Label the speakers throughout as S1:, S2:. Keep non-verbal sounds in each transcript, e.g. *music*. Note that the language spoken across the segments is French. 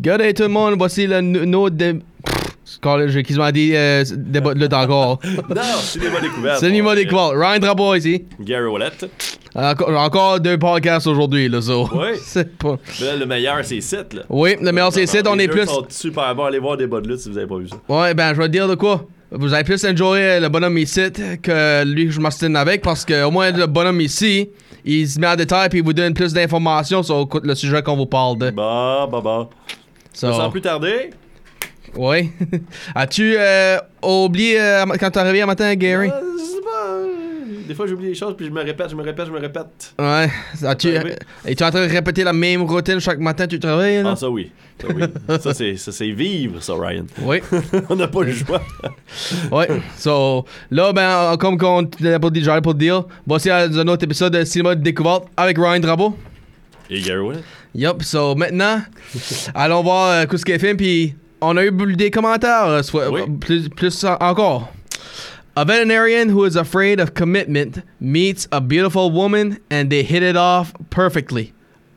S1: Good day tout le monde, voici le, n- nos dé... Pff, c'est encore là, J'ai quasiment dit euh, débat de lutte
S2: *laughs*
S1: encore.
S2: Non, c'est des bonnes découvertes.
S1: C'est l'humour des quals. Ryan Drapeau ici. Euh,
S2: Gary Ouellette.
S1: Encore, encore deux podcasts aujourd'hui, là, so.
S2: Oui.
S1: *laughs* C'est pas...
S2: Mais là, le meilleur, c'est Sith, là.
S1: Oui, le meilleur c'est c'est, on
S2: Les
S1: est
S2: deux
S1: plus...
S2: sont super bons. Allez voir des bonnes luttes si vous avez pas vu ça.
S1: Ouais, ben, je vais te dire de quoi. Vous avez plus enjoyé le bonhomme ici que lui que je m'astine avec parce que au moins le bonhomme ici, il se met en détail puis il vous donne plus d'informations sur le sujet qu'on vous parle de.
S2: Bah, bah, bah.
S1: So,
S2: Sans plus tarder.
S1: ouais. *laughs* As-tu euh, oublié euh, quand t'es arrivé un matin, Gary?
S2: euh, je sais pas. euh, Des fois, j'oublie les choses, puis je me répète, je me répète, je me répète.
S1: Ouais. As-tu, euh,
S2: Arrivé.
S1: es-tu en train de répéter la même routine chaque matin tu travailles, là?
S2: Ah, ça oui. Ça,
S1: *laughs*
S2: oui. ça c'est ça, c'est vivre, ça, Ryan. *laughs*
S1: Oui,
S2: On n'a pas
S1: *laughs*
S2: le choix.
S1: oui. So, là, ben, euh, comme qu'on j'allais pour dire, j'allais pour dire, voici un autre épisode de Cinéma de Découverte avec Ryan Drabeau.
S2: Et Gary Ouellette.
S1: Yup, so maintenant, allons voir euh, qu'est-ce qu'il fait, puis on a eu bu- des commentaires, euh, soit-
S2: Oui.
S1: plus, plus en- encore. A veterinarian who is afraid of commitment meets a beautiful woman and they hit it off perfectly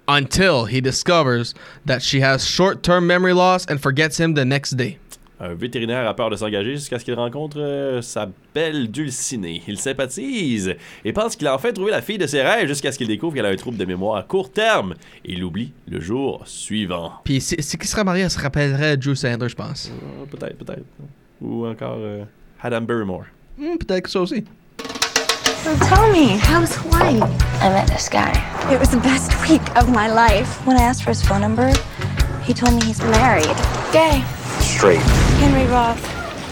S1: until he discovers that she has short term memory loss and forgets him the next day.
S2: Un vétérinaire a peur de s'engager jusqu'à ce qu'il rencontre euh, sa belle Dulcinée. Il sympathise et pense qu'il a enfin trouvé la fille de ses rêves jusqu'à ce qu'il découvre qu'elle a un trouble de mémoire à court terme. Et il oublie le jour suivant.
S1: Puis si, si qui serait marié, elle se rappellerait Drew Sandler, je pense.
S2: Euh, peut-être, peut-être. Ou encore euh, Adam Barrymore.
S1: Hmm, Peut-être que ça aussi.
S3: So tell me,
S4: How was Hawaii? I met this guy.
S3: it was the best week of my life.
S4: When I asked for his phone number, he told me he's married.
S3: Gay,
S5: straight.
S3: Henry Roth,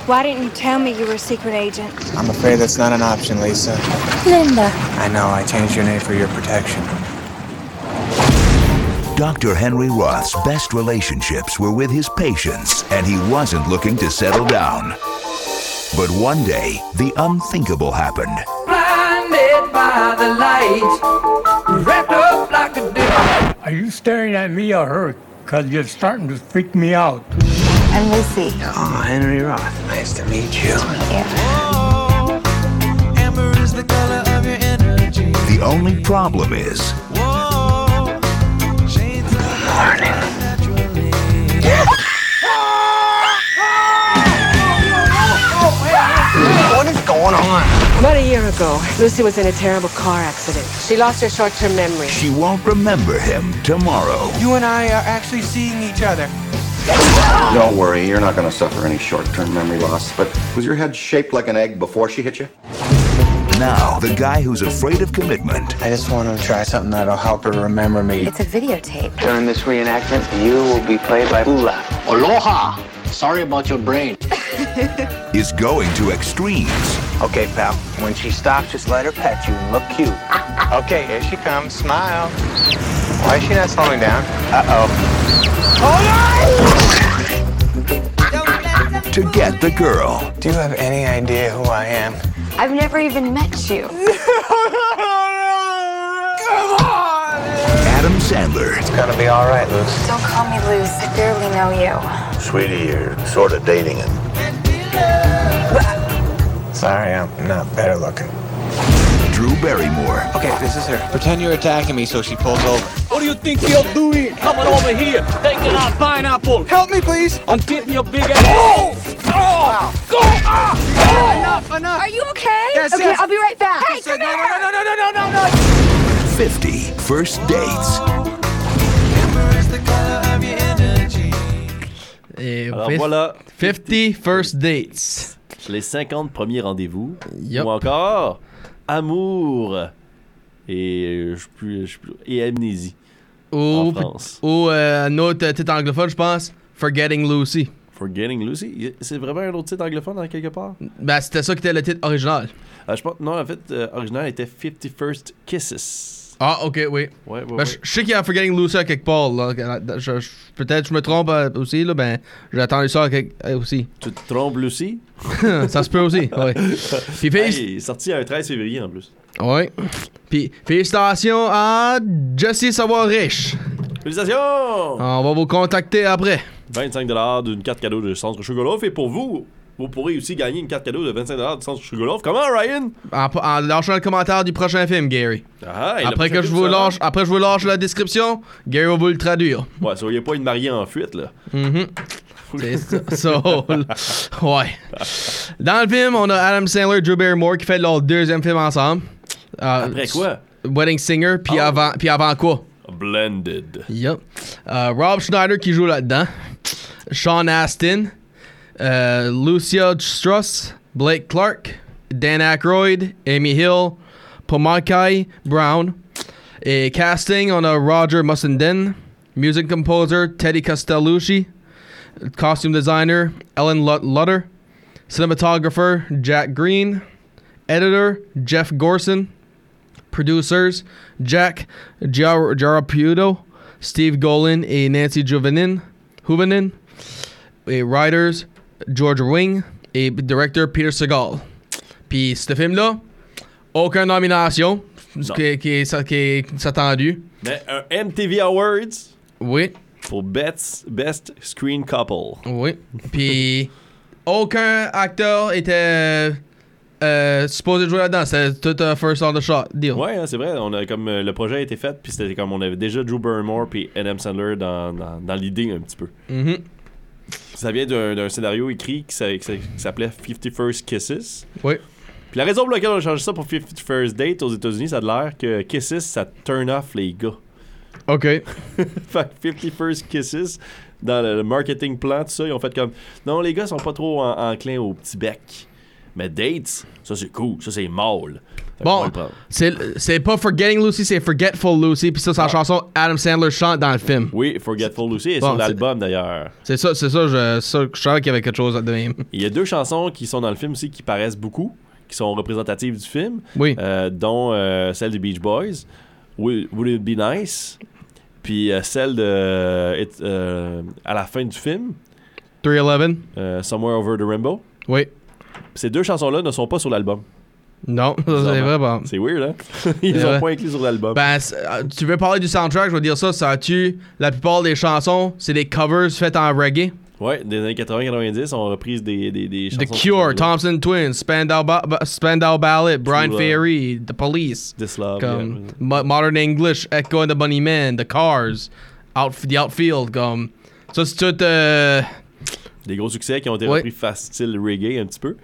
S3: why didn't you tell me you were a secret agent?
S5: I'm afraid that's not an option, Lisa.
S4: Linda.
S5: I know, I changed your name for your protection.
S6: Dr. Henry Roth's best relationships were with his patients, and he wasn't looking to settle down. But one day, the unthinkable happened.
S7: blinded by the light, wrapped up like a duck.
S8: Are you staring at me or her? Because you're starting to freak me out.
S4: I'm Lucy.
S8: Uh,
S5: Oh, Henry Roth. Nice to meet you.
S6: The only problem is,
S5: What is going on?
S9: About a year ago, Lucy was in a terrible car accident. She lost her short-term memory.
S6: she won't remember him tomorrow.
S8: You and I are actually seeing each other.
S10: Don't worry, you're not going to suffer any short term memory loss. But was your head shaped like an egg before she hit you?
S6: Now, the guy who's afraid of commitment
S5: I just want to try something that'll help her remember me.
S4: It's a videotape.
S5: During this reenactment, you will be played by Ula.
S10: Aloha! Sorry about your brain.
S6: is going to extremes.
S5: Okay, pal. When she stops, just let her pet you and look
S4: *laughs*
S5: cute. okay, here she comes. Smile. Why is she not slowing down? Uh, Uh-oh.
S6: To get the girl,
S5: Do you have any idea who I am?
S4: I've never even met you.
S6: Adam Sandler
S5: Gonna be all right, Lucy.
S4: Don't call me Luce. I barely know you.
S10: Sweetie, you're sort of dating him.
S5: Sorry, I'm not better looking.
S6: Drew Barrymore
S5: Okay, this is her. Pretend you're attacking me so she pulls over.
S7: What do you think you're doing? Coming over here, taking our pineapple. Help me, please. I'm getting your big ass. Oh! Oh! Go! Ah! Oh! Enough, enough.
S3: Are you okay?
S8: Yes,
S3: okay,
S8: yes.
S3: I'll be right back. Hey,
S8: No, no, no, no, no, no, no, no.
S6: 50 First Dates.
S1: Et
S2: Alors
S1: fif-
S2: voilà,
S1: 50 First Dates.
S2: les 50 premiers rendez-vous.
S1: Yup.
S2: Ou encore Amour et, euh, je plus, je plus- et Amnésie en
S1: Ou
S2: France.
S1: Ou euh, un autre titre anglophone, je pense, Forgetting Lucy.
S2: Forgetting Lucy, c'est vraiment un autre titre anglophone en quelque part?
S1: Ben, c'était ça qui était le titre original.
S2: Ah, je pense, non, en fait, euh, original était 51st Kisses.
S1: Ah, ok, oui.
S2: Ouais, ouais,
S1: Ben,
S2: ouais.
S1: je je sais qu'il y a Forgetting Lucy à quelque part. là. euh, Je- je- Peut-être que je me trompe euh, aussi, là, ben, j'ai attendu ça à quelque- euh, aussi. *laughs*
S2: Tu te trompes, Lucy?
S1: ça se peut aussi, ouais. Puis,
S2: Hey,
S1: félici-
S2: il est sorti un 13 février en plus.
S1: ouais. Puis, félicitations à Jesse Savoir Riche.
S2: Félicitations!
S1: Ah. On va vous contacter après.
S2: 25 d'une carte cadeau de Centre Chocolat fait pour vous Vous pourrez aussi gagner une carte cadeau de 25$ du centre Chugolov. Comment, Ryan?
S1: En, en lâchant le commentaire du prochain film, Gary.
S2: Ah, il a
S1: Après
S2: pas
S1: que je
S2: fait
S1: vous
S2: ça.
S1: lâche, après que je vous lâche la description, Gary va vous le traduire.
S2: Ouais, soyez pas une mariée en fuite, là.
S1: Mhm. C'est ça. So, *laughs* ouais. Dans le film, on a Adam Sandler, Drew Barrymore qui fait leur deuxième film ensemble. Euh,
S2: Après quoi?
S1: Wedding Singer, puis avant, puis avant quoi?
S2: Blended.
S1: Yup. Euh, Rob Schneider qui joue là-dedans. Sean Astin. euh, Lucia Struss. Blake Clark. Dan Aykroyd. Amy Hill. Pomakai Brown. Et casting, on a Roger Mussenden. Music composer, Teddy Castellucci. Costume designer, Ellen Lut- Lutter. Cinematographer, Jack Green. Editor, Jeff Gorson. Producers Jack Jar- Jarapudo, Steve Golan et Nancy Juvenin, Huvenin, et writers George Wing et directeur Peter Segal. Puis ce film-là, aucune nomination ce qui, qui, est- ça- qui est attendu.
S2: Mais un MTV Awards
S1: Oui,
S2: pour Best, best Screen Couple.
S1: oui. Puis aucun acteur était euh, supposé jouer là-dedans. C'était tout euh, first on the shot deal.
S2: Ouais, hein, c'est vrai. On a comme euh, le projet a été fait, puis c'était comme on avait déjà Drew Barrymore puis Adam Sandler dans, dans, dans l'idée un petit peu.
S1: Mhm.
S2: Ça vient d'un d'un scénario écrit qui s'a- qui s'a- qui s'appelait 51st Kisses.
S1: Oui.
S2: Puis la raison pour laquelle on a changé ça pour 51st Date aux États-Unis, ça a l'air que Kisses, ça turn off les gars. *laughs*
S1: OK.
S2: fait que 51st Kisses, dans le, le marketing plan, tout ça, ils ont fait comme non, les gars sont pas trop en- enclins au petit bec. Mais Dates, ça c'est cool, ça c'est mâle. Fait qu'on va
S1: Bon,
S2: le prendre.
S1: c'est c'est pas Forgetting Lucy, c'est Forgetful Lucy. Puis ça,
S2: Ah.
S1: c'est la chanson Adam Sandler chante dans le film.
S2: Oui, Forgetful aussi, et
S1: Bon,
S2: sur
S1: c'est-
S2: l'album d'ailleurs.
S1: C'est ça, c'est ça, je, ça, je savais qu'il y avait quelque chose de même.
S2: Il y a deux chansons qui sont dans le film aussi qui paraissent beaucoup, qui sont représentatives du film,
S1: Oui.
S2: euh, dont euh, celle des Beach Boys, Will- Would It Be Nice, puis euh, celle de euh, It- euh, à la fin du film,
S1: 311,
S2: euh, Somewhere Over the Rainbow.
S1: oui.
S2: Ces deux chansons-là ne sont pas sur l'album.
S1: Non, *laughs* ça, c'est
S2: Bizarrement.
S1: vrai, bon.
S2: C'est weird, hein? *laughs* Ils
S1: C'est
S2: n'ont
S1: vrai.
S2: pas inclus sur l'album.
S1: Ben, c'est- euh, tu veux parler du soundtrack, je vais dire ça, ça tue. La plupart des chansons, c'est des covers faites en reggae.
S2: ouais, des années 80-90, on a repris des, des, des chansons.
S1: The Cure, Thompson Twins, Spandau, ba Ba- Spandau Ballet, Brian
S2: Love.
S1: Ferry, The Police,
S2: This Love,
S1: comme
S2: uh, yeah.
S1: Mo- Modern English, Echo and the Bunnymen, The Cars, Out The Outfield, comme. Ça, c'est tout. euh,
S2: Des gros succès qui ont été
S1: Ouais.
S2: repris facile reggae un petit peu.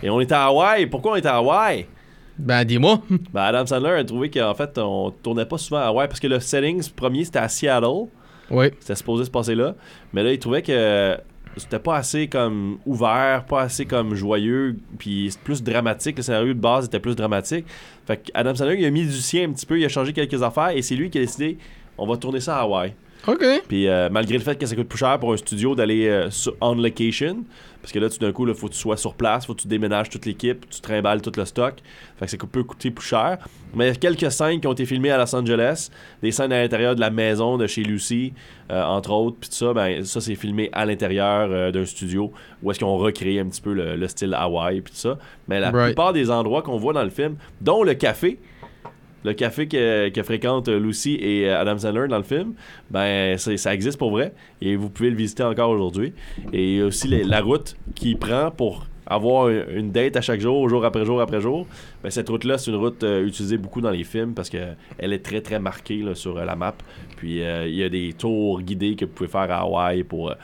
S2: Et on était à Hawaï. Pourquoi on était à Hawaï?
S1: Ben, dis-moi. *laughs*
S2: Ben, Adam Sandler a trouvé qu'en fait, on tournait pas souvent à Hawaï parce que le settings premier, c'était à Seattle.
S1: oui.
S2: C'était supposé se passer là. Mais là, il trouvait que c'était pas assez comme ouvert, pas assez comme joyeux, puis c'est plus dramatique. Le scénario de base était plus dramatique. Fait que Adam Sandler, il a mis du sien un petit peu, il a changé quelques affaires et c'est lui qui a décidé on va tourner ça à Hawaï.
S1: Ok.
S2: Puis euh, malgré le fait que ça coûte plus cher pour un studio d'aller euh, sur- on location, parce que là, tout d'un coup, il faut que tu sois sur place, faut que tu déménages toute l'équipe, tu trimballes tout le stock. Fait que ça peut coûter plus cher. Mais il y a quelques scènes qui ont été filmées à Los Angeles, des scènes à l'intérieur de la maison de chez Lucy, euh, entre autres. Puis tout ça, ben, ça, c'est filmé à l'intérieur euh, d'un studio où est-ce qu'on recréé un petit peu le, le style Hawaii, puis tout ça. Mais la
S1: Right.
S2: plupart des endroits qu'on voit dans le film, dont le café, le café que, que fréquentent euh, Lucy et euh, Adam Sandler dans le film, ben c'est- ça existe pour vrai et vous pouvez le visiter encore aujourd'hui. Et aussi les- la route qu'il prend pour avoir une- une date à chaque jour, jour après jour après jour. Ben, cette route-là, c'est une route euh, utilisée beaucoup dans les films parce que elle est très très marquée là, sur euh, la map. Puis euh, il y a des tours guidés que vous pouvez faire à Hawaï pour euh,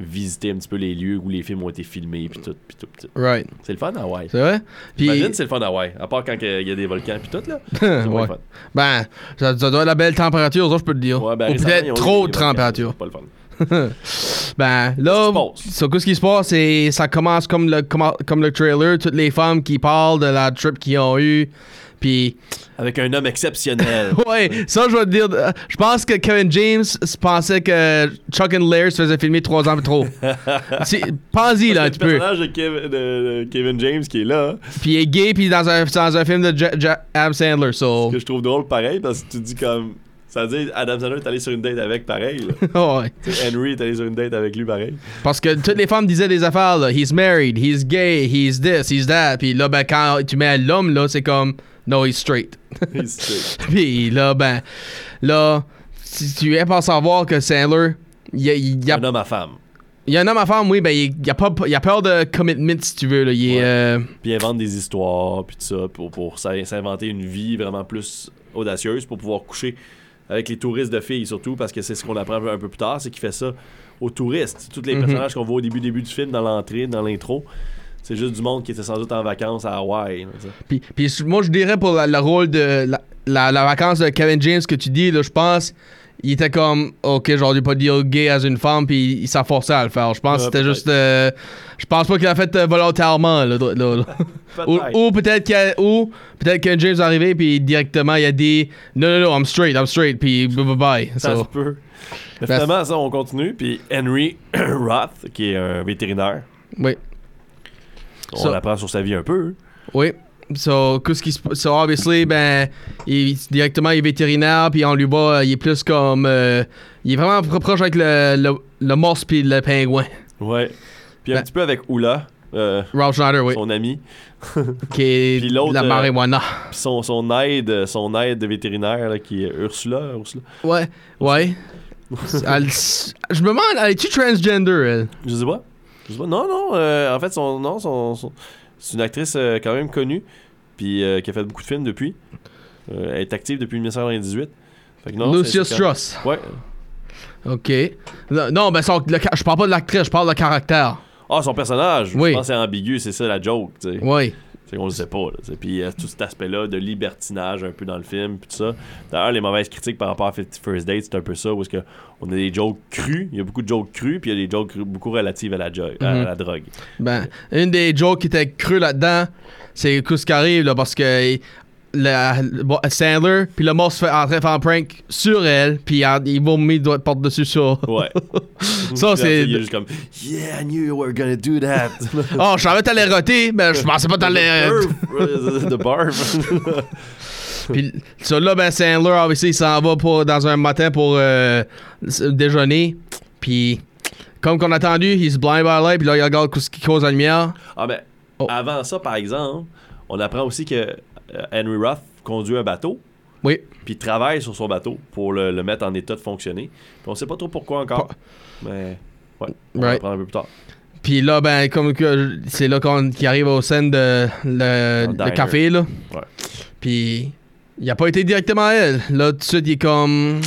S2: visiter un petit peu les lieux où les films ont été filmés puis tout, puis tout, puis tout.
S1: Right.
S2: C'est le fun à Hawaï.
S1: C'est vrai? Puis-
S2: Imagine, c'est le fun à Hawaï. À part quand il y a des volcans puis
S1: *laughs*
S2: tout là. C'est moins
S1: Ouais.
S2: fun.
S1: Ben, ça, ça doit être la belle température, ça, je peux te dire.
S2: Ouais, ben,
S1: Ou
S2: récemment, ils
S1: peut-être
S2: ont
S1: trop
S2: eu
S1: de
S2: des volcans,
S1: température.
S2: c'est Pas le fun.
S1: ben, là,
S2: Qu'est-ce qui
S1: so, qu'est-ce qui se passe, c'est ça commence comme le, comme, comme le trailer, toutes les femmes qui parlent de la trip qu'ils ont eue, puis...
S2: Avec un homme exceptionnel.
S1: *laughs* Ouais, ça, je vais te dire, euh, je pense que Kevin James se pensait que Chuck and Larry se faisait filmer trois ans
S2: *laughs*
S1: trop. Si- Pense-y, là, un
S2: le
S1: petit peu.
S2: personnage de Kevin, de- de Kevin James qui est là,
S1: Puis il est gay, puis dans un, dans un film de Ja- Ja- Adam Sandler, so...
S2: que je trouve drôle pareil parce que tu dis comme. Ça veut dire Adam Sandler est allé sur une date avec pareil.
S1: *laughs*
S2: là.
S1: Oh, Ouais.
S2: Tu sais, Henry est allé sur une date avec
S1: *laughs*
S2: lui pareil.
S1: Parce que toutes les femmes disaient des affaires, là. He's married, he's gay, he's this, he's that. Puis là, ben, quand tu mets l'homme, là, c'est comme, no, he's straight. *laughs*
S2: Il se fait-
S1: Puis là, ben, là, si tu es pas savoir que Sandler, il y a, il y a-
S2: Un homme à femme.
S1: Il y a un homme à femme, oui, ben il il a, pas, il a peur de commitment, si tu veux. Là. Il est, euh,
S2: Puis ils inventent des histoires, puis tout ça, pour, pour s'in- s'inventer une vie vraiment plus audacieuse pour pouvoir coucher avec les touristes de filles, surtout, parce que c'est ce qu'on apprend un peu plus tard, c'est qu'il fait ça aux touristes. Tous les
S1: Mhm.
S2: personnages qu'on voit au début, début du film, dans l'entrée, dans l'intro, c'est juste du monde qui était sans doute en vacances à Hawaï. là, tu sais.
S1: Puis, puis s- moi, je dirais pour la- le rôle de la, la- la vacance de Kevin James que tu dis, là, je pense, il était comme, OK, j'aurais dû pas dire gay à une femme, puis il, s'en forçait à le faire. Je pense que
S2: Ouais,
S1: c'était
S2: peut-être.
S1: juste. euh, je pense pas qu'il l'a fait euh, volontairement. là, là,
S2: *laughs*
S1: là. ou
S2: Peut-être.
S1: ou peut-être que ou peut-être Kevin James est arrivé, puis directement, il a dit, Non, non, non, I'm straight, I'm straight, puis bye bye.
S2: Ça
S1: So-
S2: se peut. Mais
S1: Ben,
S2: finalement, ça, on continue. Puis Henry *coughs* Roth, qui est un vétérinaire,
S1: Oui.
S2: on
S1: Ça-
S2: apprend sur sa vie un peu.
S1: Oui. So, qu'est-ce qui se passe? So, obviously, ben, il, directement, il est vétérinaire, puis on lui voit, il est plus comme. euh, il est vraiment pro- proche avec le, le, le morse puis le pingouin.
S2: Ouais. Puis un
S1: Ben-
S2: petit peu avec Oula, euh,
S1: Ralph Schneider, oui.
S2: son ami.
S1: Qui est
S2: Puis l'autre,
S1: la
S2: euh,
S1: marijuana.
S2: Puis son, son aide, son aide de vétérinaire là, qui est Ursula. Ursula.
S1: Ouais,
S2: *laughs*
S1: ouais. Elle s- je me demande, elle est-tu transgender, elle?
S2: Je sais pas. Je sais pas. Non, non. euh, en fait, son nom, son, son- c'est une actrice euh, quand même connue. Puis euh, qui a fait beaucoup de films depuis. Euh, elle est active depuis 1998. Fait que non, c'est-
S1: Lucia
S2: c'est quand-
S1: Strauss.
S2: Ouais.
S1: Ok. Le- Non, ben, son- le ca- je parle pas de l'actrice, je parle de caractère.
S2: Ah, son personnage.
S1: Oui.
S2: Je pense que c'est ambigu. C'est ça la joke. tu sais.
S1: Oui.
S2: C'est qu'on le sait pas. Là, tu sais. puis il y a tout cet aspect-là de libertinage un peu dans le film, puis tout ça. D'ailleurs, les mauvaises critiques par rapport à 50 First Date, c'est un peu ça, où est-ce que on a des jokes crus, il y a beaucoup de jokes crus, puis il y a des jokes cru- beaucoup relatives à la, jo- à,
S1: Mhm.
S2: la drogue.
S1: Ben, une des jokes qui était crue là-dedans, c'est que ce qui arrive, là, parce que la, bon, Sandler, puis le morse fait en train de faire un prank sur elle, puis en- ils vont mettre doigt de porte dessus sur. *laughs*
S2: Ouais.
S1: Ça, c'est.
S2: Il est
S1: *laughs*
S2: juste comme Yeah, I knew you were gonna do that.
S1: Oh, je savais que t'allais roter, mais je pensais pas que t'allais. euh,
S2: Barf. *laughs* The
S1: *laughs*
S2: barf.
S1: Puis ça, là, ben, Sandler, obviously, il s'en va pour, dans un matin pour euh, s- déjeuner, puis comme qu'on a attendu, il se blind by light, puis là, il regarde ce qui cause la lumière.
S2: Ah ben,
S1: Oh.
S2: avant ça, par exemple, on apprend aussi que euh, Henry Roth conduit un bateau.
S1: Oui.
S2: Puis travaille sur son bateau pour le, le mettre en état de fonctionner. Puis on sait pas trop pourquoi encore. Mais ouais, on va
S1: Right.
S2: apprendre un peu plus tard.
S1: Puis là, ben, comme que je- c'est là qu'on qu'il arrive au scène de le,
S2: Dans le
S1: le
S2: diner.
S1: café, là.
S2: Ouais.
S1: Puis il a pas été directement à elle. Là, tout de suite, il est comme.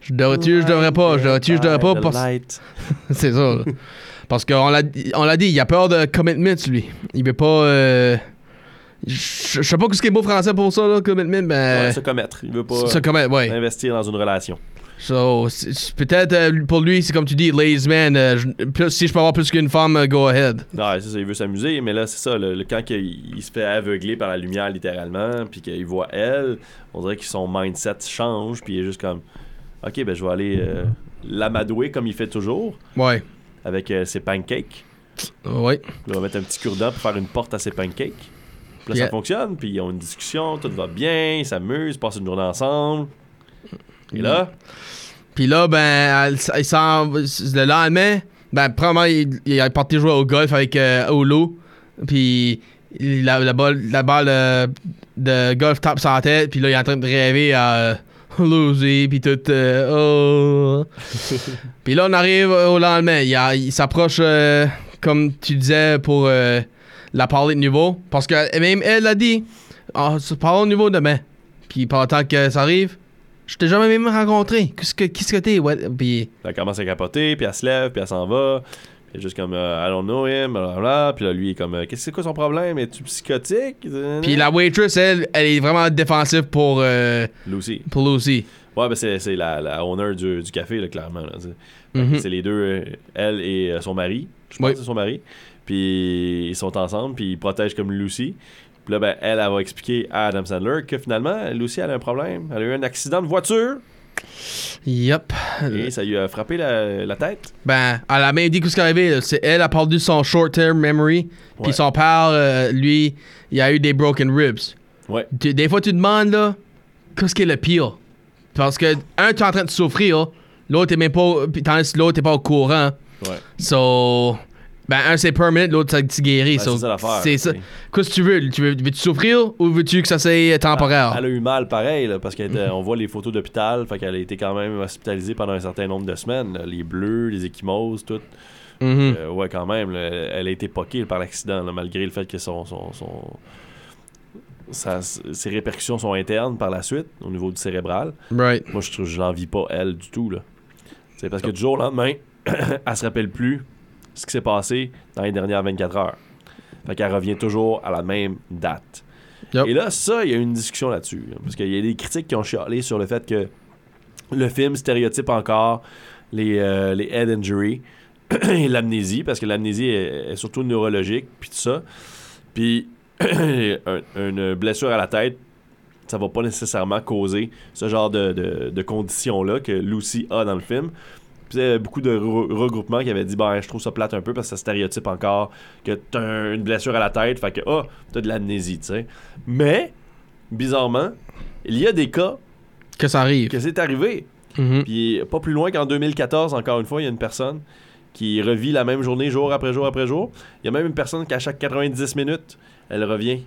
S1: Je devrais-tu, je devrais pas, je devrais-tu, je devrais pas.
S2: By the
S1: parce-
S2: light.
S1: *laughs* c'est ça. là. Parce qu'on l'a on l'a dit, il a peur de commitment, lui. Il veut pas. euh, Je je sais pas ce qui est beau français pour ça, là, commitment, mais.
S2: Ouais, se commettre. Il veut pas
S1: se commettre, Euh, ouais.
S2: investir dans une relation.
S1: So, c'est- c'est- peut-être euh, pour lui, c'est comme tu dis, lazy man. euh, je- plus- si je peux avoir plus qu'une femme, euh, go ahead.
S2: Non, c'est ça, il veut s'amuser, mais là, c'est ça. Le, le- quand il, il se fait aveugler par la lumière, littéralement, puis qu'il voit elle, on dirait que son mindset change, puis il est juste comme Ok, ben je vais aller euh, l'amadouer comme il fait toujours,
S1: Ouais.
S2: avec euh, ses pancakes.
S1: Ouais.
S2: Il va mettre un petit cure-dent pour faire une porte à ses pancakes. Puis là,
S1: Yeah.
S2: ça fonctionne, puis ils ont une discussion, tout va bien, ils s'amusent, ils passent une journée ensemble. Et là,
S1: Puis là, ben, elle, elle s'en va- le lendemain, ben, premièrement, il, il est parti jouer au golf avec euh, Olo. Puis il- la, la balle, la balle euh, de golf tape sa tête. Puis là, il est en train de rêver à euh, loser, puis tout. euh, oh. puis là, on arrive au lendemain. Il, a- il s'approche, euh, comme tu disais, pour euh, la parler de nouveau. Parce que eh, même elle a dit, Ah, se parlons de nouveau demain. Puis pendant que ça arrive, je t'ai jamais même rencontré. Qu'est-ce que qu'est-ce que t'es? Ouais, puis
S2: elle commence à capoter, puis elle se lève, puis elle s'en va. Elle est juste comme euh, I don't know him, blablabla. Puis là, lui, il est comme euh, Qu'est-ce que c'est quoi son problème Es-tu psychotique
S1: puis la waitress, elle, elle est vraiment défensive pour, euh,
S2: Lucy.
S1: pour Lucy.
S2: Ouais, ben c'est c'est la, la owner du, du café, là, clairement. là, tu sais.
S1: Mhm.
S2: C'est les deux, euh, elle et euh, son mari. Je pense
S1: Oui.
S2: que c'est son mari. Puis ils sont ensemble, puis ils protègent comme Lucy. Puis là, ben, elle, elle va expliquer à Adam Sandler que finalement, Lucy, elle a un problème. Elle a eu un accident de voiture
S1: Yep.
S2: et ça lui a frappé la, la tête.
S1: Ben, elle a même dit qu'est-ce qui est arrivé. là. C'est elle a perdu son short-term memory.
S2: Ouais.
S1: Puis son père, euh, lui, il a eu des broken ribs.
S2: Ouais.
S1: Tu- des fois, tu demandes, là, qu'est-ce qui est le pire? Parce que, un, tu es en train de souffrir. L'autre, t'es même pas. Puis tandis que l'autre, t'es pas au courant.
S2: Ouais.
S1: So. Ben, un, c'est permanent, l'autre, ça te guérit.
S2: Ben,
S1: so-
S2: c'est ça l'affaire,
S1: C'est ça.
S2: tu sais.
S1: Qu'est-ce que tu veux? Tu veux- Veux-tu souffrir ou veux-tu que ça soit temporaire?
S2: Elle a eu mal pareil, là, parce qu'on voit les photos d'hôpital, fait qu'elle a été quand même hospitalisée pendant un certain nombre de semaines. là. Les bleus, les échymoses, tout.
S1: Mhm.
S2: Euh, ouais, quand même, là, elle a été poquée par l'accident, là, malgré le fait que son. son, son- sa- ses répercussions sont internes par la suite, au niveau du cérébral.
S1: Right.
S2: Moi, je trouve je l'envie pas, elle, du tout. là. C'est parce que du jour au lendemain, *coughs* elle se rappelle plus ce qui s'est passé dans les dernières 24 heures. Fait qu'elle revient toujours à la même date. Et là, ça, il y a eu une discussion là-dessus. là, parce qu'il y a des critiques qui ont chialé sur le fait que le film stéréotype encore les, euh, les head injury *coughs* et l'amnésie, parce que l'amnésie est, est surtout neurologique, puis tout ça. Puis *coughs* un- une blessure à la tête, ça va pas nécessairement causer ce genre de, de, de conditions-là que Lucy a dans le film. Puis, il y avait beaucoup de re- regroupements qui avaient dit ben je trouve ça plate un peu parce que ça stéréotype encore que t'as une blessure à la tête, fait que ah, t'as de l'amnésie, tu sais. Mais bizarrement, il y a des cas
S1: que ça arrive.
S2: Que c'est arrivé.
S1: Mhm.
S2: Puis pas plus loin qu'en 2014, encore une fois, il y a une personne qui revit la même journée jour après jour après jour. Il y a même une personne qui, à chaque 90 minutes, elle revient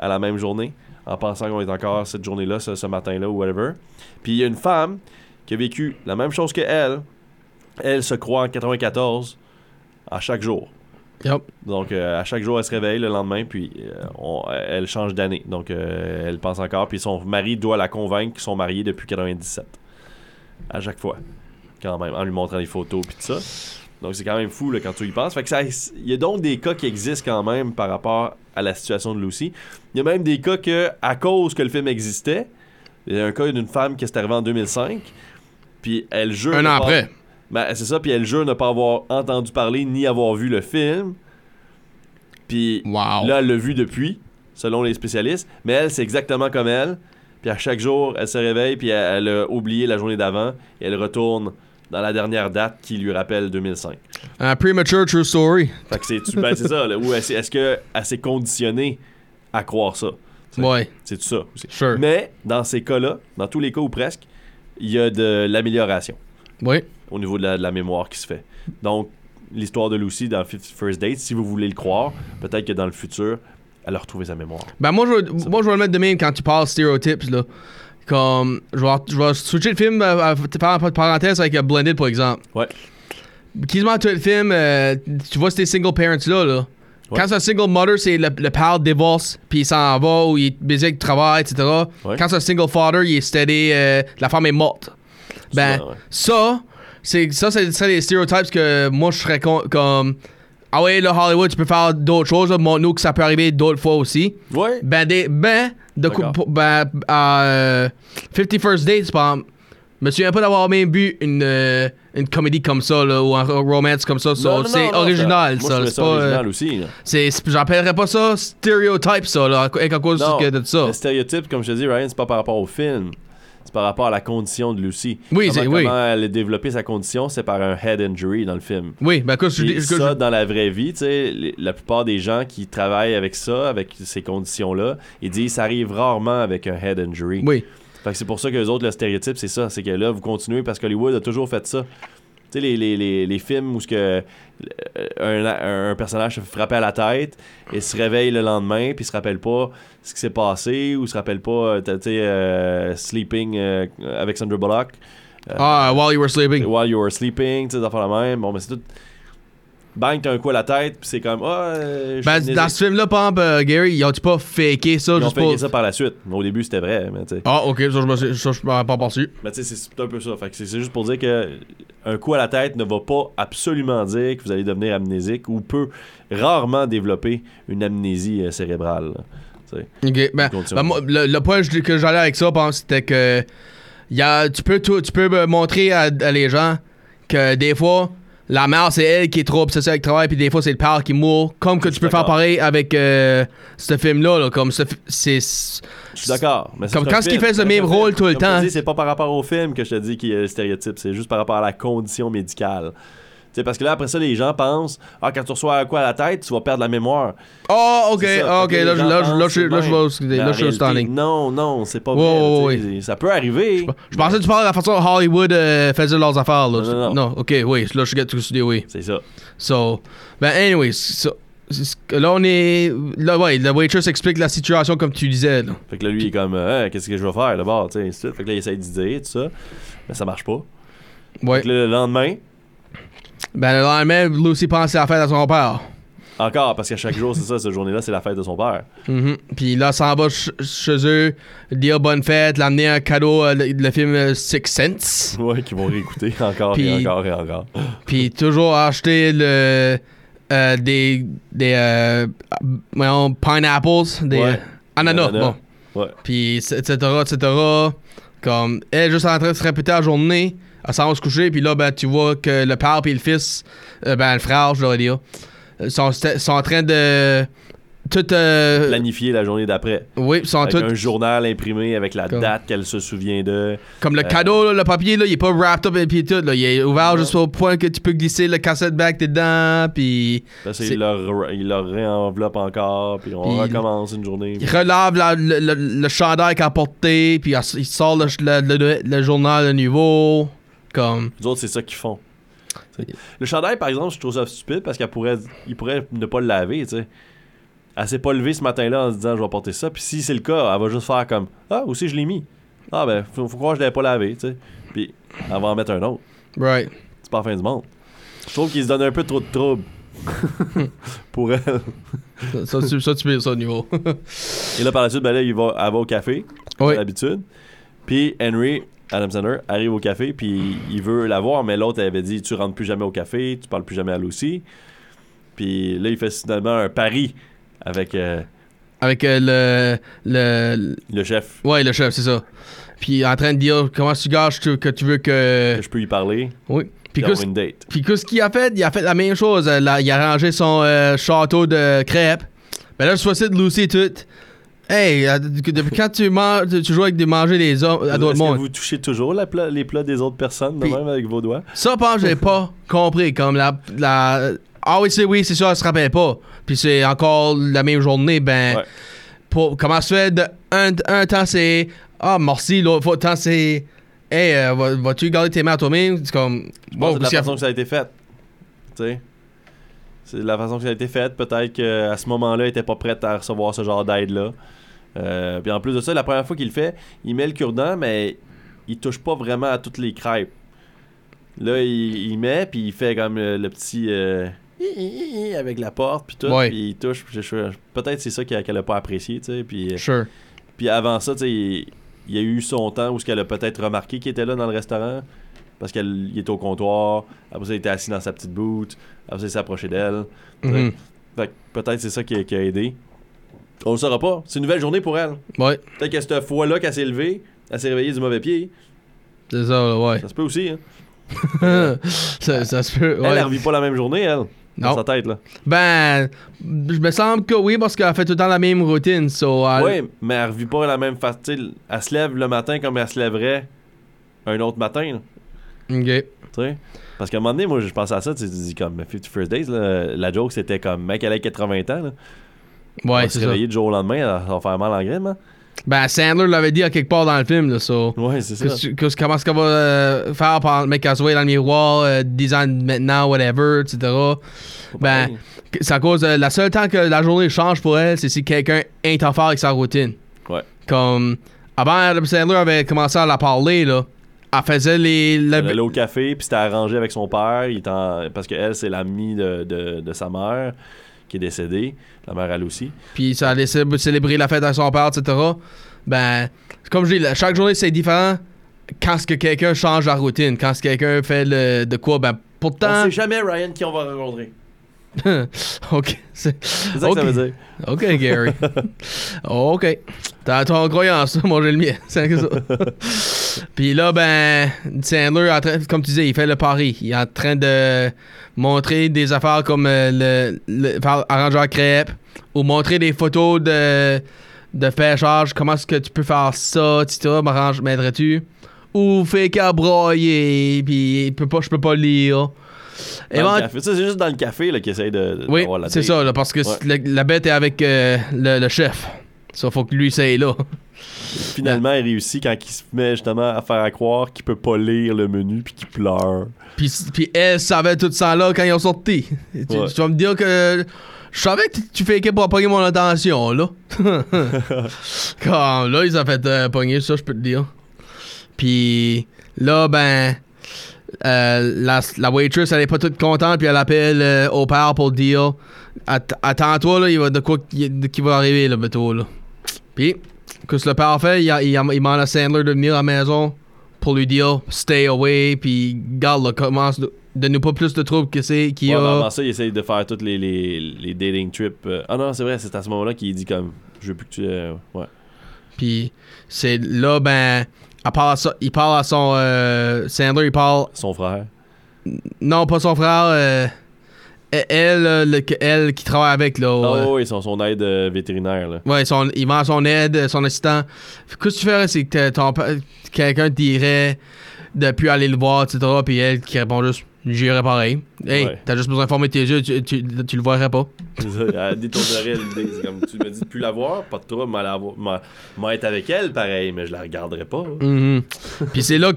S2: à la même journée en pensant qu'on est encore cette journée-là, ce, ce matin-là ou whatever. Puis il y a une femme qui a vécu la même chose que elle. Elle se croit en 94 à chaque jour.
S1: Yup.
S2: Donc, euh, à chaque jour, elle se réveille le lendemain, puis euh, on- elle change d'année. Donc, euh, elle pense encore. Puis son mari doit la convaincre qu'ils sont mariés depuis 97. À chaque fois. Quand même, en lui montrant les photos, puis tout ça. Donc, c'est quand même fou là, quand tu y penses. Fait que ça- il y a donc des cas qui existent quand même par rapport à la situation de Lucy. Il y a même des cas que, à cause que le film existait, il y a un cas d'une femme qui est arrivée en 2005, puis elle jure.
S1: Un
S2: ne
S1: an
S2: pas-
S1: après.
S2: Ben, c'est ça, puis elle jure ne pas avoir entendu parler ni avoir vu le film. Puis là, elle l'a vu depuis, selon les spécialistes. Mais elle, c'est exactement comme elle. Puis à chaque jour, elle se réveille, puis elle, elle a oublié la journée d'avant. Et elle retourne dans la dernière date qui lui rappelle 2005.
S1: Un premature true story.
S2: Fait que c'est ben, c'est ça, là. Ou est-ce est-ce que elle s'est conditionnée à croire ça? T'sais,
S1: Ouais.
S2: C'est tout ça. aussi. Mais dans ces cas-là, dans tous les cas ou presque, il y a de l'amélioration
S1: Oui.
S2: au niveau de la, de la mémoire qui se fait. Donc, l'histoire de Lucy dans Fif- First Date, si vous voulez le croire, peut-être que dans le futur, elle a retrouvé sa mémoire.
S1: Ben moi je, vais- moi je vais le mettre de même quand tu parles stéréotypes là. Comme je vais, je vais switcher le film euh, à- par par- parenthèse avec euh, Blended par exemple.
S2: Ouais.
S1: Quasiment tout le film, euh, tu vois ces single parents là là. Quand c'est un single mother, c'est le, le père divorce, puis il s'en va, ou il est busy avec le travail, etc. Quand c'est un single father, il est steady, euh, la femme est morte. Ben, ça, c'est ça, c'est ça les stéréotypes que moi je serais con- comme. Ah ouais, là, Hollywood, tu peux faire d'autres choses, là, montre-nous que ça peut arriver d'autres fois aussi.
S2: Ouais.
S1: Ben, des, ben, de coup, pour- ben, euh, 51st Dates, par exemple, je me souviens pas d'avoir même vu une, euh, une comédie comme ça, là, ou un romance comme ça. ça,
S2: Non, non, non,
S1: c'est
S2: non,
S1: original,
S2: moi,
S1: ça.
S2: je trouvais
S1: c'est pas, euh,
S2: original aussi. là.
S1: c'est, c'est- j'appellerais pas ça stéréotype, ça, là, à- à cause
S2: Non,
S1: que de ça.
S2: Le stéréotype, comme je te dis, Ryan, c'est pas par rapport au film. C'est par rapport à la condition de Lucy.
S1: Oui,
S2: comment,
S1: c'est- oui.
S2: comment elle a développé sa condition, c'est par un head injury dans le film.
S1: Oui, ben, écoute, je-
S2: Puis
S1: je- je-
S2: ça, dans la vraie vie, tu sais, les- la plupart des gens qui travaillent avec ça, avec ces conditions-là, ils disent ça arrive rarement avec un head injury.
S1: Oui.
S2: Fait que c'est pour ça que les autres, le stéréotype, c'est ça. C'est que là, vous continuez parce qu'Hollywood a toujours fait ça. Tu sais, les, les, les, les films où ce que euh, un, un personnage se fait frapper à la tête et se réveille le lendemain, puis se rappelle pas ce qui s'est passé ou se rappelle pas, euh, tu sais, euh, Sleeping euh, avec Sandra Bullock. Euh,
S1: Ah, While You Were Sleeping.
S2: While You Were Sleeping, tu sais, des affaires la même. Bon, mais c'est tout. Bang, t'as un coup à la tête, puis c'est comme. Ah, euh, je suis
S1: Ben,
S2: amnésique.
S1: dans ce film-là, par exemple, euh, Gary, ils ont-tu pas faké ça
S2: Ils ont
S1: juste
S2: fait
S1: pour.
S2: ça par la suite. Au début, c'était vrai, mais tu sais.
S1: Ah, ok, ça, je me suis- ça, je m'en ai pas pensé.
S2: Mais tu sais, c'est c'est un peu ça. Fait que c'est c'est juste pour dire que un coup à la tête ne va pas absolument dire que vous allez devenir amnésique ou peut rarement développer une amnésie euh, cérébrale. là. Tu sais.
S1: Ok, ben,
S2: Continue.
S1: ben, moi, le, le point que j'allais avec ça, par exemple, c'était que y a, tu peux tout- tu peux me montrer à, à les gens que des fois la mère c'est elle qui est trop obsédée avec le travail puis des fois c'est le père qui mourt comme que tu peux faire
S2: d'accord.
S1: pareil avec euh, ce film là, comme ce fi- c'est
S2: Je suis d'accord. mais c'est
S1: comme
S2: un
S1: quand ce qu'il
S2: film,
S1: fait le
S2: c'est
S1: même
S2: un
S1: rôle
S2: film.
S1: tout le
S2: Comme je te
S1: temps
S2: dis, C'est pas par rapport au film que je te dis qu'il y a le stéréotype, c'est juste par rapport à la condition médicale. sais parce que là, après ça, les gens pensent Ah, quand tu reçois quoi à la tête, tu vas perdre la mémoire.
S1: Oh, ok,
S2: C'est ça.
S1: ok,
S2: Fait que
S1: là,
S2: les
S1: je-
S2: gens
S1: là, je- là,
S2: pensent
S1: je- là, je
S2: c'est
S1: vais
S2: bien.
S1: au- là,
S2: Mais en
S1: je suis en
S2: réalité,
S1: ligne.
S2: Non, non, c'est pas
S1: Ouais, ouais,
S2: vrai.
S1: ouais.
S2: tu sais, Ça peut arriver.
S1: Je pensais que tu parlais de la façon dont Hollywood euh, faisait leurs affaires. Là.
S2: Non, non,
S1: ok, oui. Là, je get to studio, oui.
S2: C'est ça.
S1: So, ben, anyways. so- c'est- là, on est. Là, ouais, la waitress explique la situation comme tu disais. Là.
S2: Fait que là, lui, il est comme Hein, Qu'est-ce que je vais faire d'abord tu sais, ainsi de suite. Fait que là, il essaie d'y dire, tout ça. Mais ça marche pas.
S1: Ouais.
S2: Fait que là, le lendemain,
S1: Ben, le lendemain, Lucy pense à la fête à son père.
S2: encore, parce qu'à chaque jour, c'est ça, cette journée-là, c'est la fête de son père. *laughs*
S1: Mhm. Puis là, s'en va ch- chez eux, dire bonne fête, l'amener un cadeau, euh, le, le film euh, Six Sense.
S2: Ouais, qu'ils vont réécouter encore et
S1: Puis-
S2: encore et encore.
S1: Puis toujours acheter le, euh, des, des euh, voyons, pineapples, des euh,
S2: Ouais.
S1: ananas,
S2: Ananas.
S1: bon.
S2: Ouais.
S1: Puis etc., etc. Comme, elle est juste en train de se répéter la journée, elle s'en va se coucher, puis là, ben, tu vois que le père puis le fils, euh, ben, le frère, je dois dire, euh, sont, sont en train de... Tout... euh,
S2: Planifier la journée d'après.
S1: oui, sont
S2: Avec
S1: tout...
S2: un journal imprimé avec la
S1: Comme-
S2: date qu'elle se souvient de.
S1: Comme le
S2: Euh,
S1: cadeau, là, le papier, là, il est pas wrapped up et puis tout. Là, il est ouvert juste au point que tu peux glisser le cassette bag dedans, puis...
S2: Parce
S1: C'est-
S2: qu'il leur, il leur réenveloppe encore, puis on
S1: Puis-
S2: recommence une journée.
S1: Il relave la- le, le- le chandail qu'il a porté, puis il sort le, le- le- le journal de nouveau. Comme.
S2: Les autres, c'est ça qu'ils font. T'sais. Le chandail, par exemple, je trouve ça stupide parce qu'elle pourrait, il pourrait ne pas le laver, tu sais. Elle s'est pas levée ce matin-là en se disant je vais porter ça. Puis si c'est le cas, elle va juste faire comme Ah, aussi je l'ai mis. Ah, ben, faut, faut croire que je l'avais pas lavé, tu sais. Puis elle va en mettre un autre.
S1: Right.
S2: C'est pas la fin du monde. Je trouve qu'ils se donnent un peu trop de trouble pour elle.
S1: Ça, ça, tu- ça, tu peux dire ça au niveau.
S2: Et là, par la suite, ben là, il va, elle va au café, comme
S1: Oui.
S2: d'habitude. Puis Henry, Adam Sandler, arrive au café, puis il veut la voir, mais l'autre elle avait dit Tu rentres plus jamais au café, tu parles plus jamais à Lucy. Puis là, il fait finalement un pari avec euh,
S1: Avec euh, le, le.
S2: le chef
S1: Ouais, le chef, c'est ça. Puis en train de dire comment tu gâches tu- que tu veux que.
S2: que je peux y parler.
S1: Oui. Puis
S2: Puis
S1: qu'est-ce-
S2: avoir une date.
S1: puis qu'est-ce qu'il a fait Il a fait la même chose. euh, là, il a rangé son euh, château de crêpes. Mais là, je suis de Lucy et tout. Hey, euh, depuis quand tu, manges, tu joues avec des manger des hommes à
S2: Euh, Est-ce
S1: d'autres
S2: que
S1: mondes
S2: vous touchez toujours la pla- les plats des autres personnes, de
S1: Puis-
S2: même avec vos doigts
S1: Ça, par exemple, j'ai pas compris. Comme la. la ah oui, c'est oui, c'est ça, elle se rappelle pas. Puis c'est encore la même journée, ben.
S2: Ouais.
S1: Pour, comment se fait de un, un temps c'est. Ah, merci, l'autre fois, temps c'est. Hey, euh, va- vas-tu garder tes mains à toi-même? C'est comme.
S2: Je pense
S1: Bon,
S2: que c'est
S1: qu'est-ce
S2: de
S1: qu'il
S2: la
S1: y
S2: façon
S1: a-
S2: que ça a été fait. Tu sais. C'est de la façon que ça a été fait. Peut-être qu'à ce moment-là, elle était pas prête à recevoir ce genre d'aide-là. Euh, puis en plus de ça, la première fois qu'il le fait, il met le cure-dent, mais il touche pas vraiment à toutes les crêpes. Là, il, il met, puis il fait comme euh, le petit. euh, hi, hi, hi avec la porte, puis tout.
S1: Ouais.
S2: Puis il touche. puis je- je- Peut-être c'est ça qu'elle qu'elle a pas apprécié, tu sais. Puis. euh,
S1: Sure.
S2: puis avant ça, tu sais, il, il y a eu son temps où ce qu'elle a peut-être remarqué qu'il était là dans le restaurant. Parce qu'il était au comptoir. Après ça, il était assis dans sa petite boot. Après ça, il s'est approché d'elle. tu sais.
S1: Mhm.
S2: Fait que peut-être c'est ça qui a, qui a aidé. On le saura pas. C'est une nouvelle journée pour elle.
S1: Ouais,
S2: Peut-être que cette fois-là qu'elle s'est levée, elle s'est réveillée du mauvais pied.
S1: c'est ça, là, ouais.
S2: Ça se peut aussi, hein.
S1: ça, ça se peut.
S2: Elle,
S1: ouais.
S2: elle revit pas la même journée, elle. Dans
S1: Non.
S2: sa tête, là.
S1: Ben. Je me semble que oui, parce qu'elle fait tout le temps la même routine. So, elle-
S2: Ouais, mais elle revit pas la même façon. Tu sais, Elle se lève le matin comme elle se lèverait un autre matin, là.
S1: Ok.
S2: Tu sais? Parce qu'à un moment donné, moi, je pensais à ça, tu sais, tu dis comme 50 First Days, là, la joke, c'était comme mec, elle a 80 ans, là. on
S1: Ouais,
S2: va se
S1: c'est ça.
S2: réveiller du jour au lendemain, elle va faire mal en graine, hein?
S1: Ben, Sandler l'avait dit à quelque part dans le film, là, so.
S2: Ouais, c'est ça.
S1: Qu'est-ce que- qu'est-ce- comment est-ce qu'on va euh, faire pour le mec à se voir dans le miroir, euh, 10 ans de maintenant, whatever, etc. Ben,
S2: pareil.
S1: que- c'est à cause. de- la seule temps que la journée change pour elle, c'est si quelqu'un interfère avec sa routine.
S2: Ouais.
S1: Comme. Avant, Adam Sandler avait commencé à la parler, là. Elle faisait les. la-
S2: Elle allait au café, puis c'était arrangé avec son père, il est en- parce qu'elle, c'est l'amie de, de- de sa mère qui est décédée, la mère, elle aussi.
S1: Puis ça allait cé- célébrer la fête à son père, etc. Ben, comme je dis, là, chaque journée c'est différent quand ce que quelqu'un change la routine, quand ce que quelqu'un fait le, de quoi, ben
S2: On
S1: pourtant.
S2: sait jamais, Ryan, qui on va rencontrer.
S1: *laughs* ok. C'est
S2: C'est ça que ça veut dire.
S1: Ok, Gary. ok. T'as ton croyance, *laughs* moi j'ai le mien. C'est que ça. Puis là, ben, Sandler, est en train- comme tu disais, il fait le pari. Il est en train de montrer des affaires comme euh, le, le faire arrangeur crêpe ou montrer des photos de, de pêchage. Comment est-ce que tu peux faire ça, etc. M'arrange, m'aiderais-tu? Ou fait qu'à broyer, puis il peut pas- je peux pas lire.
S2: Dans
S1: Évent-
S2: le café. Ça, c'est juste dans le café là, qu'il essaye de. de-
S1: Oui,
S2: d'avoir la
S1: c'est
S2: date.
S1: ça, là, parce que
S2: Ouais.
S1: la, la bête est avec euh, le, le chef. Ça, faut que lui, ça est là. *laughs*
S2: Finalement, il réussit quand il se met justement à faire à croire qu'il peut pas lire le menu puis qu'il pleure.
S1: Puis, puis elle savait tout ça là quand ils ont sorti. Et Tu,
S2: Ouais.
S1: tu vas me dire que je savais que tu- tu fais que pour pogner mon attention, là. *laughs* Comme là, ils ont fait euh, pogner ça, je peux te dire. Puis là, ben, euh, la, la waitress, elle est pas toute contente, puis elle appelle euh, au père pour dire Att- Attends-toi, là, il va de quoi qui, de qui va arriver, là, bientôt, là. Puis, qu'est-ce que le père fait Il, a- il, a- il demande à Sandler de venir à la maison pour lui dire Stay away, puis garde, là, commence, donne-nous pas plus de troubles que c'est qu'il y
S2: Ouais,
S1: a.
S2: mais avant ça, il essaye de faire toutes les, les, les dating trips. euh, Ah non, c'est vrai, c'est à ce moment-là qu'il dit comme je veux plus que tu. euh, ouais.
S1: Puis c'est là, ben, à part ça, il parle à son. euh, Sandler, il parle.
S2: Son frère.
S1: Non, pas son frère. euh, e- elle, euh, le- que- elle qui travaille avec, là.
S2: Ah
S1: euh,
S2: oui, son, son aide euh, vétérinaire. Là.
S1: Ouais, son, il vend son aide, euh, son assistant. Fait que Qu'est-ce que tu ferais si que ton pa- quelqu'un te dirait de plus aller le voir, etc. Puis elle qui répond juste J'irai pareil. Hey,
S2: Ouais.
S1: t'as juste besoin de former tes yeux, tu, tu, tu le verrais
S2: *laughs*
S1: pas.
S2: Elle détournerait l'idée. C'est comme tu me dis de plus la voir, pas de trouble, mais la voir- m'a- m'a être avec elle, pareil, mais je la regarderai pas. hein.
S1: Mhm. Puis c'est là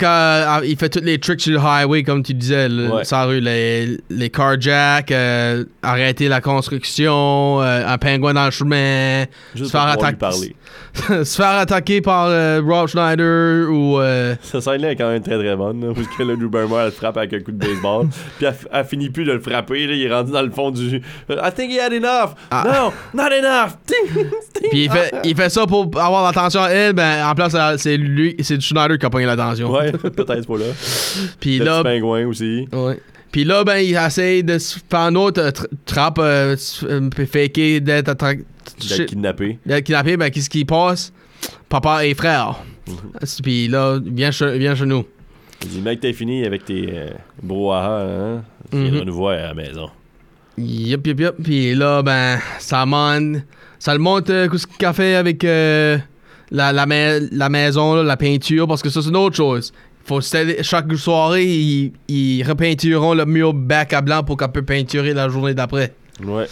S1: qu'il fait tous les tricks sur le highway, comme tu disais, le,
S2: Ouais.
S1: sa rue, les, les carjacks, euh, arrêter la construction, euh, un pingouin dans le chemin,
S2: Juste pour pouvoir lui parler.
S1: *laughs* se faire attaquer par euh, Rob Schneider ou. euh,
S2: Cette scène-là est quand même très très bonne, là, parce que là, Drew Barrymore, elle frappe avec un coup de *laughs* baseball, puis elle, elle finit plus de le frapper, là, il est rendu dans le fond du... I think he had enough! No, not *laughs* enough! Ting, ting. Ah.
S1: Puis il fait, il fait ça pour avoir l'attention à elle, ben en place, elle- c'est lui, c'est Schneider qui a pogné l'attention.
S2: Ouais, peut-être pas là.
S1: Puis
S2: Le
S1: là,
S2: petit pingouin aussi.
S1: Ouais. Puis là, ben, il essaye de se faire une autre euh, tra- trappe, euh, s- euh, faker d'être attra-
S2: D'être kidnappé.
S1: d'être kidnappé. Ben, qu'est-ce qui passe? Papa et frère.
S2: Mhm.
S1: Puis là, viens chez, viens chez nous.
S2: Il dit, mec, t'es fini avec tes euh, brouhahas, hein? Tu
S1: Mhm.
S2: viendras nous voir à la maison.
S1: Yup, yup, yup. Puis là, ben, ça monte. Ça le monte, euh, qu'est-ce qu'il a fait avec euh, la, la, mai- la maison, là, la peinture, parce que ça, c'est une autre chose. Faut s'étaler- chaque soirée, ils, ils repeintureront le mur bac à blanc pour qu'on peut peinturer la journée d'après.
S2: Ouais.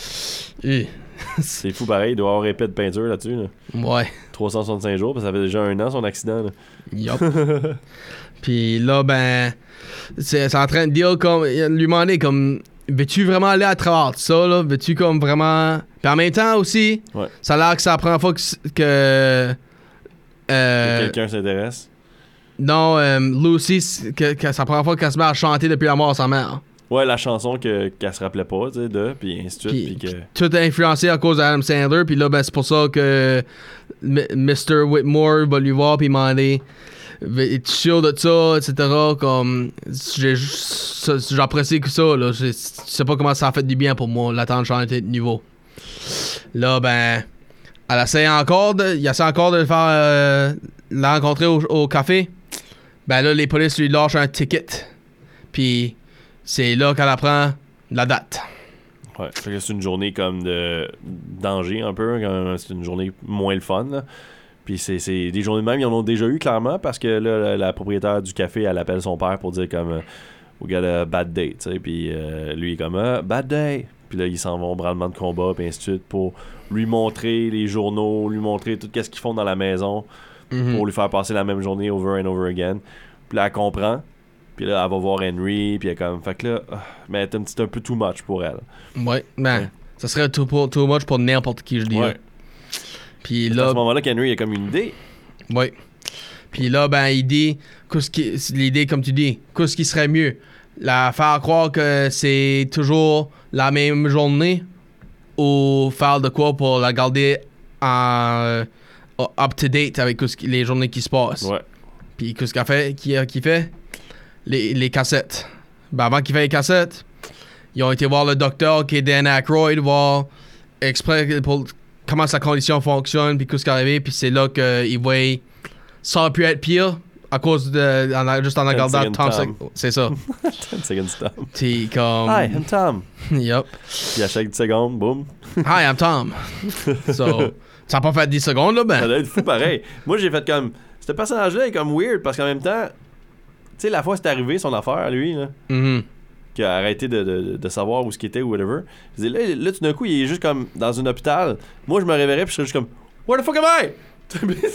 S1: Et-
S2: C'est fou pareil, il doit avoir épais de peinture là-dessus. Là.
S1: ouais.
S2: 365 jours, parce que ça fait déjà un an son accident. là.
S1: Yup. Puis là, ben, c'est c'est en train de dire comme, lui demander comme, veux-tu vraiment aller à travers de ça, là? Veux-tu comme vraiment. Puis en même temps aussi,
S2: Ouais.
S1: ça a l'air que ça prend fois que. s- que euh,
S2: Quelqu'un s'intéresse.
S1: non, euh, Lucy, s- que, que ça prend fois qu'elle se met à chanter depuis la mort de sa mère.
S2: Ouais, la chanson que- qu'elle se rappelait pas, tu sais, de, puis ainsi de
S1: Puis-
S2: suite, puis que...
S1: Tout est influencé à cause d'Adam Sandler, puis là, ben, c'est pour ça que M- Mr. Whitmore va lui voir, puis demander Es-tu sûr de ça, etc. Comme, j'ai ju- ça- j'apprécie que ça, là. Je sais pas comment ça a fait du bien pour moi, l'attente de changer de niveau. Là, ben, elle essaie encore de, il essaie encore de le faire euh, la rencontrer au, au café. Ben là, les polices lui lâchent un ticket, puis c'est là qu'elle apprend la date.
S2: Ouais, fait que c'est une journée comme de danger un peu, quand même, c'est une journée moins le fun. là. Puis c'est c'est des journées de même, ils en ont déjà eu clairement parce que là, la, la propriétaire du café, elle appelle son père pour dire comme euh, We got a bad day, tu sais. Puis euh, lui, il est comme Ah, Bad day. Puis là, ils s'en vont au branlement de combat, puis ainsi de suite, pour lui montrer les journaux, lui montrer tout ce qu'ils font dans la maison,
S1: Mhm.
S2: pour lui faire passer la même journée over and over again. Puis là, elle comprend. Puis là, elle va voir Henry, puis elle est comme. Fait que là, ah, mais c'est un petit un peu too much pour elle.
S1: Ouais, ben, ça serait too, pour- too much pour n'importe qui, je dis.
S2: Ouais.
S1: Puis
S2: C'est à
S1: là,
S2: ce moment-là qu'Henry a comme une idée.
S1: ouais. Puis là, ben, il dit, qu'est-ce qui- c'est l'idée, comme tu dis, qu'est-ce qui serait mieux? La faire croire que c'est toujours la même journée ou faire de quoi pour la garder en euh, up-to-date avec qu'est-ce qui- les journées qui se passent?
S2: Ouais.
S1: Puis qu'est-ce qu'il fait, qui, euh, qui fait? Les, les cassettes. Ben avant qu'il fait les cassettes, ils ont été voir le docteur qui est Dan Aykroyd, voir exprès pour comment sa condition fonctionne, puis qu'est-ce qui est arrivé, puis c'est là euh, qu'ils voient ça aurait pu être pire à cause de. en a- juste en regardant
S2: Second
S1: Tom.
S2: Tom.
S1: Sek- C'est
S2: *laughs*
S1: ça.
S2: Second Tom.
S1: T'es comme.
S2: Hi, I'm Tom.
S1: Yup.
S2: Puis à chaque seconde, boum.
S1: Hi, I'm
S2: *laughs*
S1: Tom. So, ça n'a pas fait 10 secondes, là,
S2: Ça
S1: ben.
S2: doit être
S1: *laughs*
S2: fou pareil. Moi, j'ai fait comme. Ce personnage-là est comme weird parce qu'en même temps, tu sais, la fois c'est arrivé son affaire, lui, là,
S1: Mhm.
S2: que qui a arrêté de, de- de savoir où ce qu'il était ou whatever. Je dis, là, là, tout d'un coup, il est juste comme dans un hôpital. Moi, je me réveillerais puis je serais juste comme Where the fuck am I? *laughs*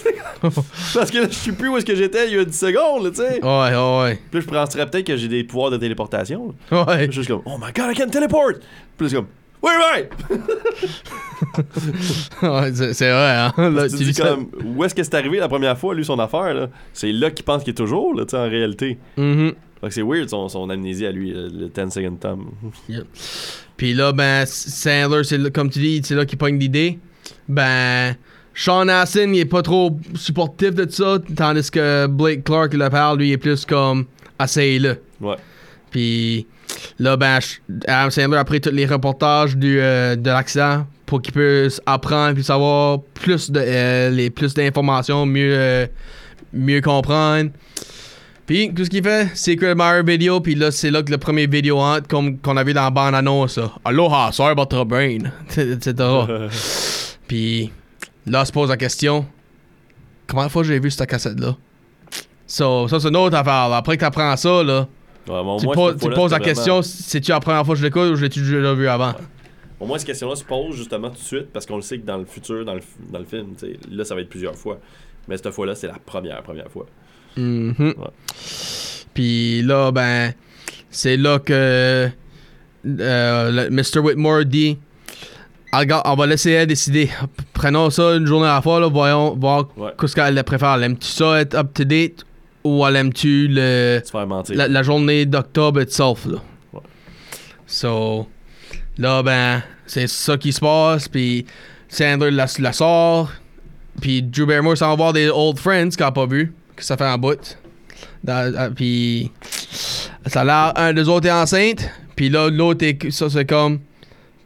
S2: Parce que là, je suis plus où est-ce que j'étais il y a 10 secondes, là, tu sais.
S1: Ouais, ouais, ouais.
S2: Puis là, je penserais peut-être que j'ai des pouvoirs de téléportation. là.
S1: Ouais.
S2: Je suis comme, oh my god, I can teleport! Puis là, c'est comme, where am I?
S1: *laughs* Ouais, c'est c'est vrai, hein. Là, tu
S2: tu dis
S1: dis ça.
S2: comme, où est-ce que c'est arrivé la première fois, lui, son affaire, là? C'est là qu'il pense qu'il est toujours, là, tu sais, en réalité.
S1: Mhm.
S2: Fait que c'est weird son, son amnésie à lui, euh, le 10 second time. *laughs*
S1: Yep. Puis là, ben, Sandler, c'est là- comme tu dis, c'est là qu'il pogne l'idée. Ben, Sean Astin, il est pas trop supportif de ça, tandis que Blake Clark, il le parle, lui, il est plus comme, essaye-le.
S2: Ouais.
S1: Puis là, ben, Sh- Adam Sandler a pris tous les reportages du, euh, de l'accident pour qu'il puisse apprendre puis savoir plus de euh, les plus d'informations, mieux euh, mieux comprendre. Puis tout ce qu'il fait, Secret Admirer Video, puis là c'est là que le premier vidéo entre comme qu'on a vu dans la bande annonce, là. Aloha, sorry about your *laughs* brain, etc. puis là se pose la question, comment de fois j'ai vu cette cassette là? So, ça c'est une autre affaire. là. Après que t'apprends ça là,
S2: Ouais, mais au
S1: tu,
S2: moins,
S1: poses-
S2: cette
S1: tu
S2: fois-là,
S1: poses la
S2: c'était
S1: question,
S2: vraiment-
S1: c'est-tu la première fois que je l'écoute ou je l'ai-tu déjà vu avant?
S2: Au moins, cette question-là se pose justement tout de suite parce qu'on le sait que dans le futur, dans le, f- dans le film, tu sais, là, ça va être plusieurs fois. Mais cette fois-là, c'est la première, première fois.
S1: Mhm. Puis là, ben, c'est là que euh, le- Mr. Whitmore dit Ah, Regarde, on va laisser elle décider. Prenons ça une journée à la fois, là, voyons voir qu'est-ce qu'elle préfère. Aimes-tu ça être up-to-date ou elle aime-tu le,
S2: mentir.
S1: la, la journée d'octobre itself? Là? So, là, ben, c'est ça qui se passe. Puis Sandler la, la sort. Puis Drew Barrymore s'en va voir des old friends qu'elle a pas vu. Que ça fait un bout. Dans- euh, Puis ça a l'air, un des autres est enceinte. Puis là, l'autre est. Ça, c'est comme.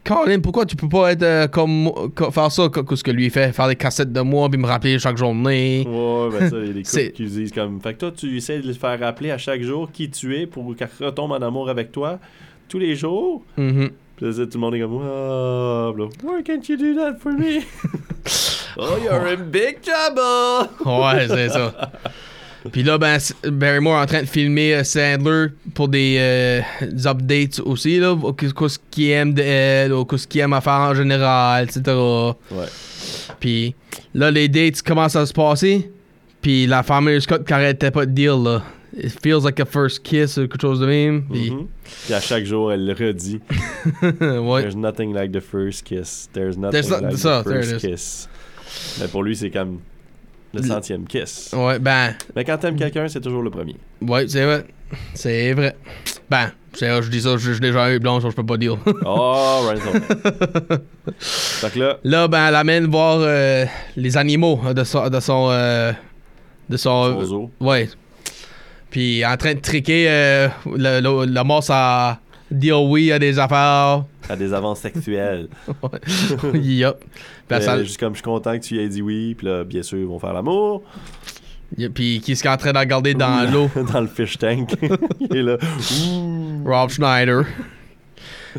S1: Colin, pourquoi tu peux pas être euh, comme moi- co- faire ça, co- ce que lui fait, faire des cassettes de moi, puis me rappeler chaque journée.
S2: Ouais, ben ça, il y
S1: *laughs*
S2: a des
S1: C'est-
S2: couples qui disent comme. Fait que toi, tu essaies de le faire rappeler à chaque jour qui tu es pour qu'elle retombe en amour avec toi tous les jours.
S1: Mhm.
S2: Puis là, tout le monde est comme. Ah, blah. Why can't you do that
S1: *laughs*
S2: for me? oh, you're in big trouble!
S1: Ouais, c'est ça. Puis là, ben, S- Barrymore est en train de filmer euh, Sandler pour des, euh, des updates aussi, là. Qu'est-ce qu'il aime de euh, elle, ou qu'est-ce qu'il aime à faire en général, etc.
S2: Ouais.
S1: Puis là, les dates commencent à se passer. Puis la fameuse Scott qui arrêtait pas de deal, là. It feels like a first kiss ou quelque chose de même. Puis-
S2: Mm-hmm. Puis à chaque jour, elle le redit.
S1: *laughs*
S2: There's nothing like the first kiss. There's nothing
S1: There's not-
S2: like
S1: ça,
S2: the
S1: there it
S2: first
S1: is.
S2: kiss. Mais pour lui, c'est comme le
S1: Le-
S2: centième kiss.
S1: Ouais, ben.
S2: Mais quand t'aimes quelqu'un, c'est toujours le premier.
S1: Ouais, c'est vrai. C'est vrai. Ben, c'est vrai, je dis ça, je je l'ai déjà eu blanc, je peux pas dire. *laughs*
S2: Oh, right. Fait que là,
S1: Là, ben, elle amène voir euh, les animaux euh, de son. De son, euh, de son,
S2: Son zoo.
S1: Ouais. Puis en train de triquer euh, le, le, la morse à dire oh oui à des
S2: *laughs*
S1: affaires. *laughs*
S2: à des avances sexuelles.
S1: yup. Puis
S2: Euh,
S1: elle s'en-
S2: juste comme je suis content que tu y aies dit oui, puis là, bien sûr, ils vont faire l'amour.
S1: yup, Puis qui est-ce qui est en train de regarder
S2: *laughs*
S1: dans l'eau
S2: Dans le
S1: *laughs*
S2: fish tank. Il est là.
S1: Rob Schneider.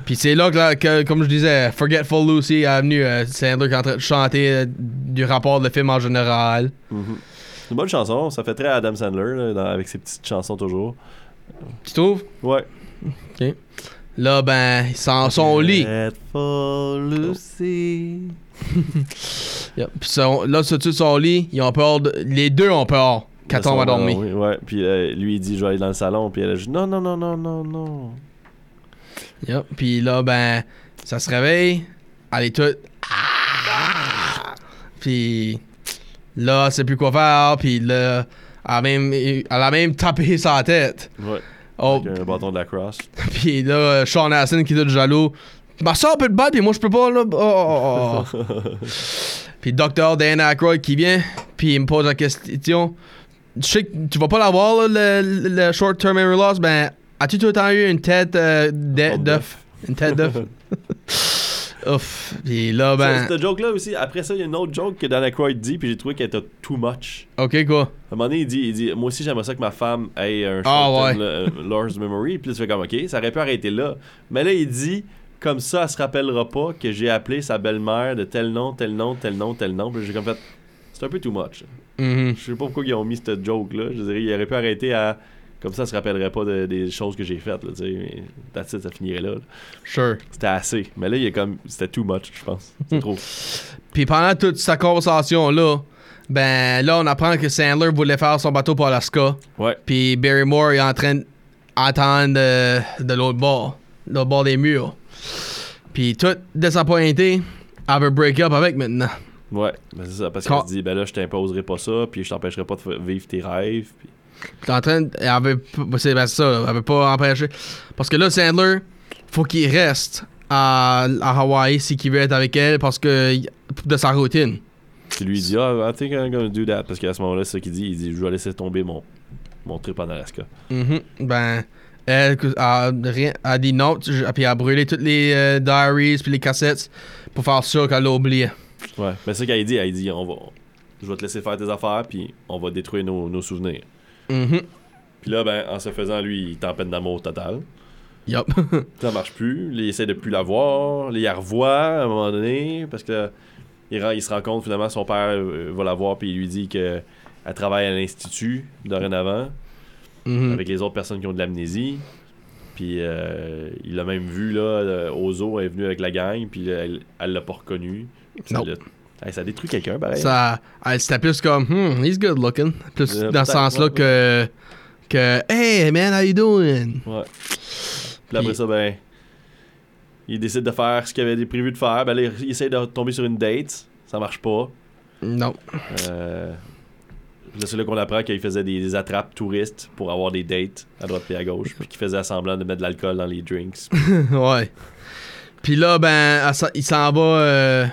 S1: Puis c'est là que, la- que, comme je disais, Forgetful Lucy est venue. euh, Sandler qui est en train de chanter euh, du rapport de film en général.
S2: Mhm. C'est une bonne chanson. Ça fait très Adam Sandler, là, dans- avec ses petites chansons toujours.
S1: Tu trouves?
S2: Ouais.
S1: Ok. Là, ben, ils sont en son lit.
S2: Lucy.
S1: Yep. Puis son- là, sur dessus de son lit, ils ont peur. de- les deux ont peur quand
S2: De
S1: on
S2: son-
S1: va dormir.
S2: oui, Ouais, puis euh, lui, il dit Je vais aller dans le salon, puis elle a juste Non, non, non, non, non, non.
S1: Yep. Puis là, ben, ça se réveille. Elle est toute. ah! Puis là, elle sait plus quoi faire. Puis là, elle a même, elle a même tapé sa tête.
S2: Ouais.
S1: Oh,
S2: Avec un bâton de la crosse.
S1: puis là, euh, Sean Astin qui est tout jaloux. Ma soeur peut te battre, puis moi je peux pas, là. Oh, oh, oh. Puis docteur Dan Aykroyd qui vient, puis il me pose la question. Tu sais que tu vas pas l'avoir, là, le, le- le short term memory loss, ben, as-tu tout le temps eu une tête euh, de- d'œuf? Une tête d'œuf? Ouf. Puis là,
S2: Ça,
S1: ben.
S2: Cette joke-là aussi, après ça, il y a une autre joke que Dan Aykroyd dit, puis j'ai trouvé qu'elle était too much.
S1: Ok, quoi?
S2: À un moment donné, il dit, il dit Moi aussi, j'aimerais ça que ma femme ait un
S1: Ah,
S2: short-term,
S1: ouais.
S2: euh, Lost Memory. Puis là, tu fais comme Ok, ça aurait pu arrêter là. Mais là, il dit Comme ça, elle se rappellera pas que j'ai appelé sa belle-mère de tel nom, tel nom, tel nom, tel nom. Puis j'ai comme fait C'est un peu too much.
S1: Mhm.
S2: Je sais pas pourquoi ils ont mis cette joke-là. Je dirais, il aurait pu arrêter à Comme ça, elle se rappellerait pas de- des choses que j'ai faites, là, tu sais. mais That's it, ça finirait là. là.
S1: Sure.
S2: C'était assez. Mais là, il est comme. C'était too much, je pense.
S1: *laughs*
S2: C'est trop.
S1: Puis pendant toute sa conversation là, ben là on apprend que Sandler voulait faire son bateau pour Alaska.
S2: Ouais.
S1: Puis Barrymore est en train d'attendre euh, de l'autre bord, de l'autre bord des murs. Puis toute désappointée, elle veut break up avec maintenant.
S2: Ouais, ben c'est ça, parce
S1: Quand-
S2: qu'elle se dit, ben là, je t'imposerai pas ça, puis je t'empêcherai pas de f- vivre tes rêves. puis-
S1: T'es en train de- elle veut p- c'est ben, c'est ça, là, elle veut pas empêcher. Parce que là, Sandler, faut qu'il reste à, à Hawaï si qu'il veut être avec elle parce que de sa routine.
S2: Puis lui, il dit, ah, I think I'm gonna do that, parce qu'à ce moment-là, c'est ça qu'il dit, il dit, je vais laisser tomber mon, mon trip en Alaska.
S1: Mhm. Ben, elle que- a, rien- a dit non, tu- je- puis elle a brûlé toutes les euh, diaries puis les cassettes pour faire sûr qu'elle l'a oublié.
S2: Ouais, mais c'est ça qu'elle dit, elle dit, on va, je vais te laisser faire tes affaires, puis on va détruire nos, nos souvenirs.
S1: Mhm.
S2: Puis là, ben, en se faisant, lui, il est en peine d'amour totale.
S1: Yup. *laughs*
S2: Ça marche plus, il essaie de plus la voir, il la revoit à un moment donné, parce que là, il, rend- il se rend compte finalement, son père euh, va la voir, puis il lui dit que elle travaille à l'institut dorénavant.
S1: Mhm.
S2: avec les autres personnes qui ont de l'amnésie. Puis euh, il l'a même vu, là, euh, Ozo est venu avec la gang, puis là, elle elle l'a pas reconnu. Ça,
S1: Nope.
S2: l'a- Hey, ça détruit quelqu'un, pareil.
S1: Ça, elle, c'était plus comme, hmm, he's good looking. Plus
S2: Euh,
S1: dans
S2: peut-être,
S1: ce sens-là
S2: ouais,
S1: que, que, hey man, how you doing?
S2: Ouais. Puis après
S1: Puis-
S2: ça, ben, il décide de faire ce qu'il avait prévu de faire. Ben là, il- il essaie de tomber sur une date. Ça marche pas.
S1: Non. *laughs*
S2: Euh, là, c'est là qu'on apprend qu'il faisait des, des attrapes touristes pour avoir des dates à droite et à gauche. Puis qu'il faisait semblant de mettre de l'alcool dans les drinks.
S1: ouais. Puis là, ben, elle s'en- il s'en va, euh,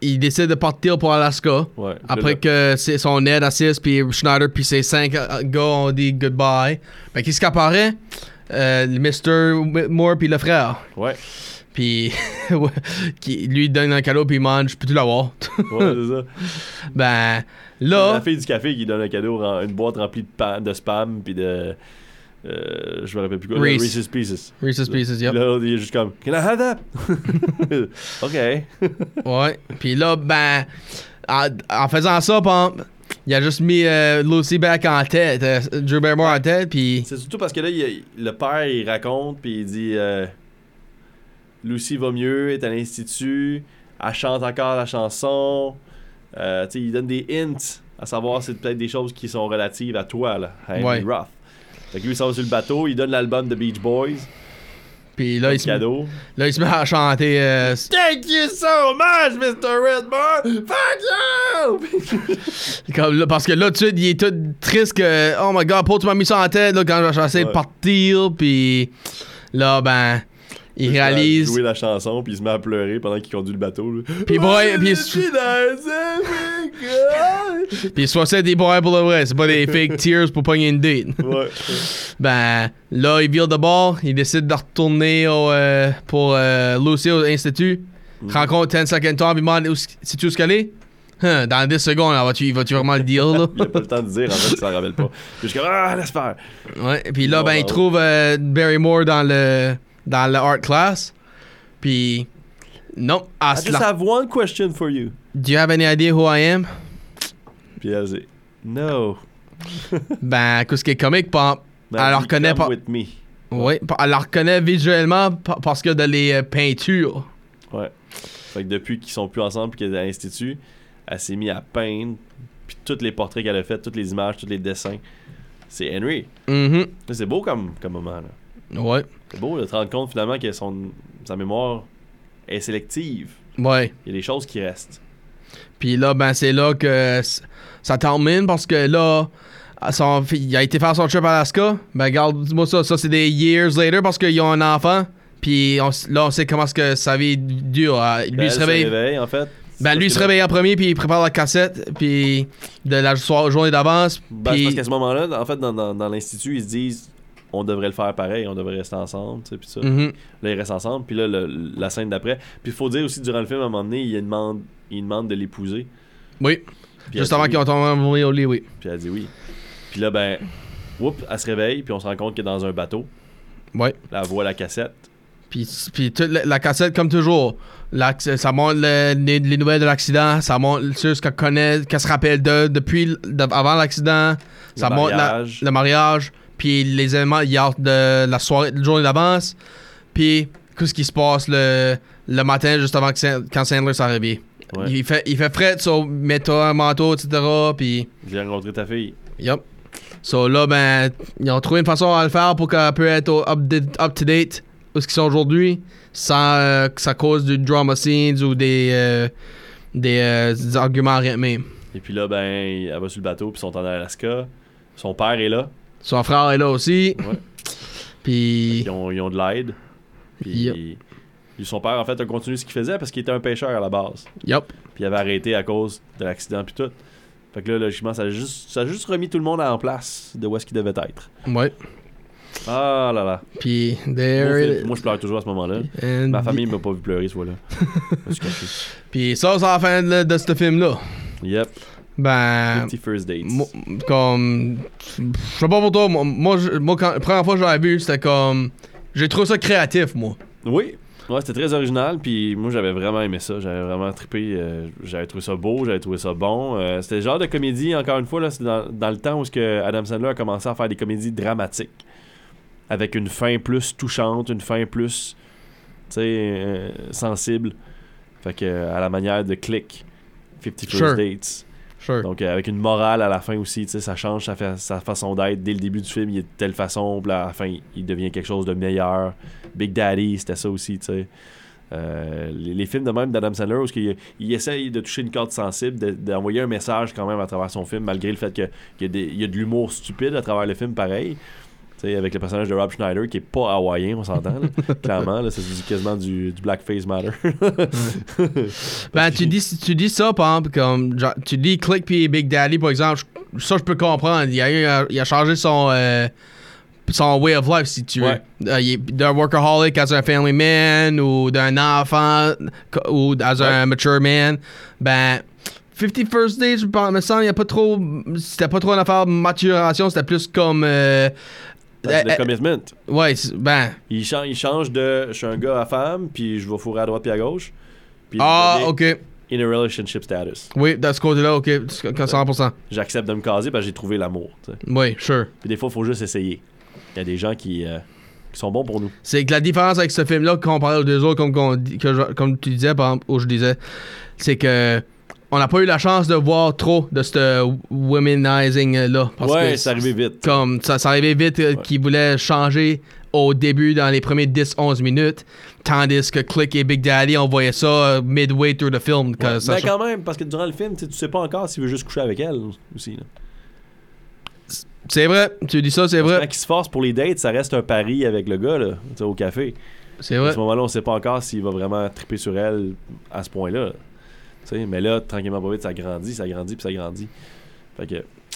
S1: il décide de partir pour Alaska.
S2: Ouais.
S1: Après
S2: Là,
S1: que c'est son aide assiste, puis Schneider, puis ses cinq euh, gars ont dit goodbye. Ben, qu'est-ce qui apparaît? Euh, le Mr. Whitmore, puis le frère.
S2: Ouais.
S1: Puis, *laughs* ouais, qui lui donne un cadeau, puis il mange, je peux tout l'avoir. *laughs*
S2: Ouais, c'est ça.
S1: ben,
S2: La
S1: là,
S2: fille du café qui donne un cadeau, ren- une boîte remplie de, pa- de spam puis de. euh, je me rappelle plus quoi.
S1: Reese.
S2: Reese's Pieces.
S1: Reese's Pieces,
S2: Puis
S1: yep.
S2: Là, il est juste comme Can I
S1: *laughs*
S2: have that? ok.
S1: Ouais. Puis là, ben, en, en faisant ça, pom- il a juste mis euh, Lucy Back en tête, euh, Drew Barrymore en tête, puis.
S2: C'est surtout parce que là, il- le père, il raconte puis il dit euh, Lucy va mieux, est à l'institut, elle chante encore la chanson. Euh, tu sais, il donne des hints à savoir c'est peut-être des choses qui sont relatives à toi, là, à Amy
S1: Ouais.
S2: Roth. Fait que lui, il sort sur le bateau, il donne l'album de Beach Boys,
S1: Puis là, il se,
S2: cadeau.
S1: là, il se met à chanter. euh,
S2: Thank you so much, Mr. Redmond! Fuck you!
S1: *laughs* Comme là, parce que là, tu sais, il est tout triste que Oh my god, Paul, tu m'as mis ça en tête là, quand j'ai essayé de
S2: Ouais.
S1: partir. Puis là, ben, il réalise.
S2: jouer la chanson, puis il se met à pleurer pendant qu'il conduit le bateau. là.
S1: Puis
S2: Oh,
S1: boy, puis-
S2: je suis dans un frigo.
S1: Puis soit c'est des boys pour le vrai, c'est pas des fake tears pour pogner une date.
S2: Ouais.
S1: ben, là, il vire de bord, il décide de retourner au, euh, pour euh, Lucy au institut. Rencontre 10 seconds Tom, il demande où- si tu où ce qu'elle est. Hein, dans 10 secondes, là, vas-tu vas-tu vraiment le dire *laughs* là?
S2: Il a pas le temps de dire, en fait, il s'en rappelle pas. Puis je suis comme, ah, laisse faire.
S1: Ouais, puis là,
S2: Bon,
S1: ben,
S2: ben,
S1: il
S2: ouais.
S1: trouve euh, Barrymore dans le, dans le art class. Puis, non, ah,
S2: I
S1: c'est
S2: just
S1: là.
S2: have one question for you.
S1: Do you have any idea who I *laughs* am?
S2: Puis elle dit, no.
S1: Ben, qu'est-ce qui est comique, pas.
S2: Elle
S1: Alors,
S2: dit,
S1: connais
S2: "Come
S1: pas-
S2: with me.
S1: Oui, pa- elle la reconnaît visuellement pa- parce que dans les euh, peintures.
S2: Ouais. Fait que depuis qu'ils sont plus ensemble, puis qu'elle est à l'institut, elle s'est mise à peindre, puis tous les portraits qu'elle a fait, toutes les images, tous les dessins. C'est Henry.
S1: Mhm,
S2: Là, C'est beau comme, comme moment, là.
S1: Ouais,
S2: C'est beau de te rendre compte finalement que son, sa mémoire est sélective.
S1: ouais.
S2: Il y a des choses qui restent.
S1: Puis là, ben, c'est là que s- ça termine parce que là, à son fi- il a été faire son trip à Alaska. Ben, regarde-moi ça. Ça, c'est des years later parce qu'ils ont un enfant. Puis on s- là, on sait comment est-ce que sa vie dure. Euh, Lui,
S2: Elle
S1: il se réveille.
S2: en fait.
S1: Ben, lui, il se réveille en premier, puis il prépare la cassette, puis de la soir- journée d'avance.
S2: Ben, c'est
S1: puis-
S2: parce qu'à ce moment-là, en fait, dans, dans- dans l'institut, ils se disent on devrait le faire pareil, on devrait rester ensemble, tu sais, puis ça.
S1: Mhm.
S2: Là, ils restent ensemble, puis là, le- la scène d'après. Puis il faut dire aussi, durant le film, à un moment donné, il demande, il demande de l'épouser.
S1: Oui,
S2: Puis
S1: juste
S2: elle dit
S1: avant
S2: oui.
S1: qu'ils ont tombé au lit, oui.
S2: Puis elle dit oui. Puis là, ben, whoop, elle se réveille, puis on se rend compte qu'elle est dans un bateau.
S1: Ouais.
S2: Là, elle voit la cassette.
S1: Puis, puis toute la, la cassette, comme toujours, la- ça montre le- les, les nouvelles de l'accident, ça montre ce qu'elle connaît, qu'elle se rappelle de depuis l- de- avant l'accident, ça montre la-
S2: mariage.
S1: le mariage, puis les événements hier de la soirée, de la journée d'avance, puis tout ce qui se passe le, le matin juste avant que Sand- quand Sandler s'est réveillé.
S2: Ouais.
S1: Il fait, il fait fret, so, mets un manteau, etc. Puis,
S2: J'ai rencontré ta fille.
S1: yup. So là, ben, ils ont trouvé une façon à le faire pour qu'elle puisse être au- up, up to date où ce qu'ils sont aujourd'hui, sans euh, que ça cause du drama scenes ou des, euh, des, euh, des arguments rythmés.
S2: Et puis là, ben, elle va sur le bateau, puis ils sont en Alaska. Son père est là.
S1: Son frère est là aussi.
S2: Ouais.
S1: Puis,
S2: Ils ont, ils ont de l'aide. Puis son père, en fait, a continué ce qu'il faisait parce qu'il était un pêcheur à la base.
S1: yup.
S2: Puis il avait arrêté à cause de l'accident, puis tout. Fait que là, logiquement, ça a juste, ça a juste remis tout le monde en place de où est-ce qu'il devait être.
S1: Ouais.
S2: Ah là là.
S1: Puis,
S2: Moi,
S1: there it
S2: Philippe, moi, je pleure toujours à ce moment-là.
S1: And-
S2: Ma famille m'a pas vu pleurer, ce là Je me suis caché.
S1: Puis ça, c'est la fin de, de ce film-là.
S2: Yep.
S1: Ben.
S2: Empty first dates.
S1: mo- Comme. Je sais pas pour toi, moi, moi, je- moi, quand, la première fois que je l'avais vu, c'était comme. J'ai trouvé ça créatif, moi.
S2: Oui. Ouais, c'était très original, puis moi j'avais vraiment aimé ça, j'avais vraiment trippé, euh, j'avais trouvé ça beau, j'avais trouvé ça bon. Euh, c'était le genre de comédie, encore une fois, là, c'est dans, dans le temps où ce que Adam Sandler a commencé à faire des comédies dramatiques, avec une fin plus touchante, une fin plus, tu sais, euh, sensible. Fait que, euh, à la manière de Click, 50 First
S1: Sure.
S2: Dates.
S1: Sure.
S2: Donc euh, avec une morale à la fin aussi, tu sais, ça change sa, fa- sa façon d'être. Dès le début du film, il est de telle façon, puis à la fin, il devient quelque chose de meilleur. Big Daddy, c'était ça aussi, tu sais. Euh, les, les films de même d'Adam Sandler où il, il essaye de toucher une corde sensible de- d'envoyer un message quand même à travers son film malgré le fait que- qu'il y, a des- il y a de l'humour stupide à travers le film pareil Tu sais, avec le personnage de Rob Schneider qui est pas hawaïen on s'entend là. *laughs* clairement là, ça c'est du- quasiment du, du blackface matter *laughs*
S1: Ben, tu dis, tu dis ça, par exemple, comme. genre, tu dis Click puis Big Daddy, par exemple. je- Ça, je peux comprendre. Il a, eu un- il a changé son. euh, son way of life, si tu veux.
S2: Ouais.
S1: Euh, il est d'un workaholic as un family man ou d'un enfant co- ou as un mature man. Ben. 50 First Days, je pense, me semble, il y a pas trop. C'était pas trop une affaire de maturation, c'était plus comme. euh, euh,
S2: le
S1: euh,
S2: commitment
S1: ouais, c'est- ben.
S2: Il, cha- il change de je suis un gars à femme, puis je vais fourrer à droite puis à gauche. Puis il
S1: Ah,
S2: devient
S1: ok.
S2: In a relationship status.
S1: Oui, de ce côté-là, ok. 100%.
S2: J'accepte de me caser parce que j'ai trouvé l'amour. tu sais.
S1: Oui, sure.
S2: Puis des fois, il faut juste essayer. Il y a des gens qui, euh, qui sont bons pour nous.
S1: C'est que la différence avec ce film-là, comparé aux deux autres, comme, qu'on dit- que je- comme tu disais, par exemple, ou je disais, c'est que on n'a pas eu la chance de voir trop de ce womenizing-là. parce
S2: Ouais,
S1: que
S2: c'est arrivé vite.
S1: Comme ça, ça arrivait vite euh, qu'ils voulaient changer au début dans les premiers 10-11 minutes, tandis que Click et Big Daddy, on voyait ça euh, midway through the film. que ça
S2: Mais
S1: cha-
S2: quand même, parce que durant le film, tu sais, tu sais pas encore s'il veut juste coucher avec elle aussi. là.
S1: C'est vrai, tu dis ça, c'est vrai.
S2: Quand il se force pour les dates, ça reste un pari avec le gars là, tu sais, au café.
S1: C'est
S2: À
S1: vrai.
S2: ce moment-là, on sait pas encore s'il va vraiment triper sur elle à ce point-là. Tu sais, mais là, tranquillement, pas vite, ça grandit, ça grandit, puis ça grandit. Fait que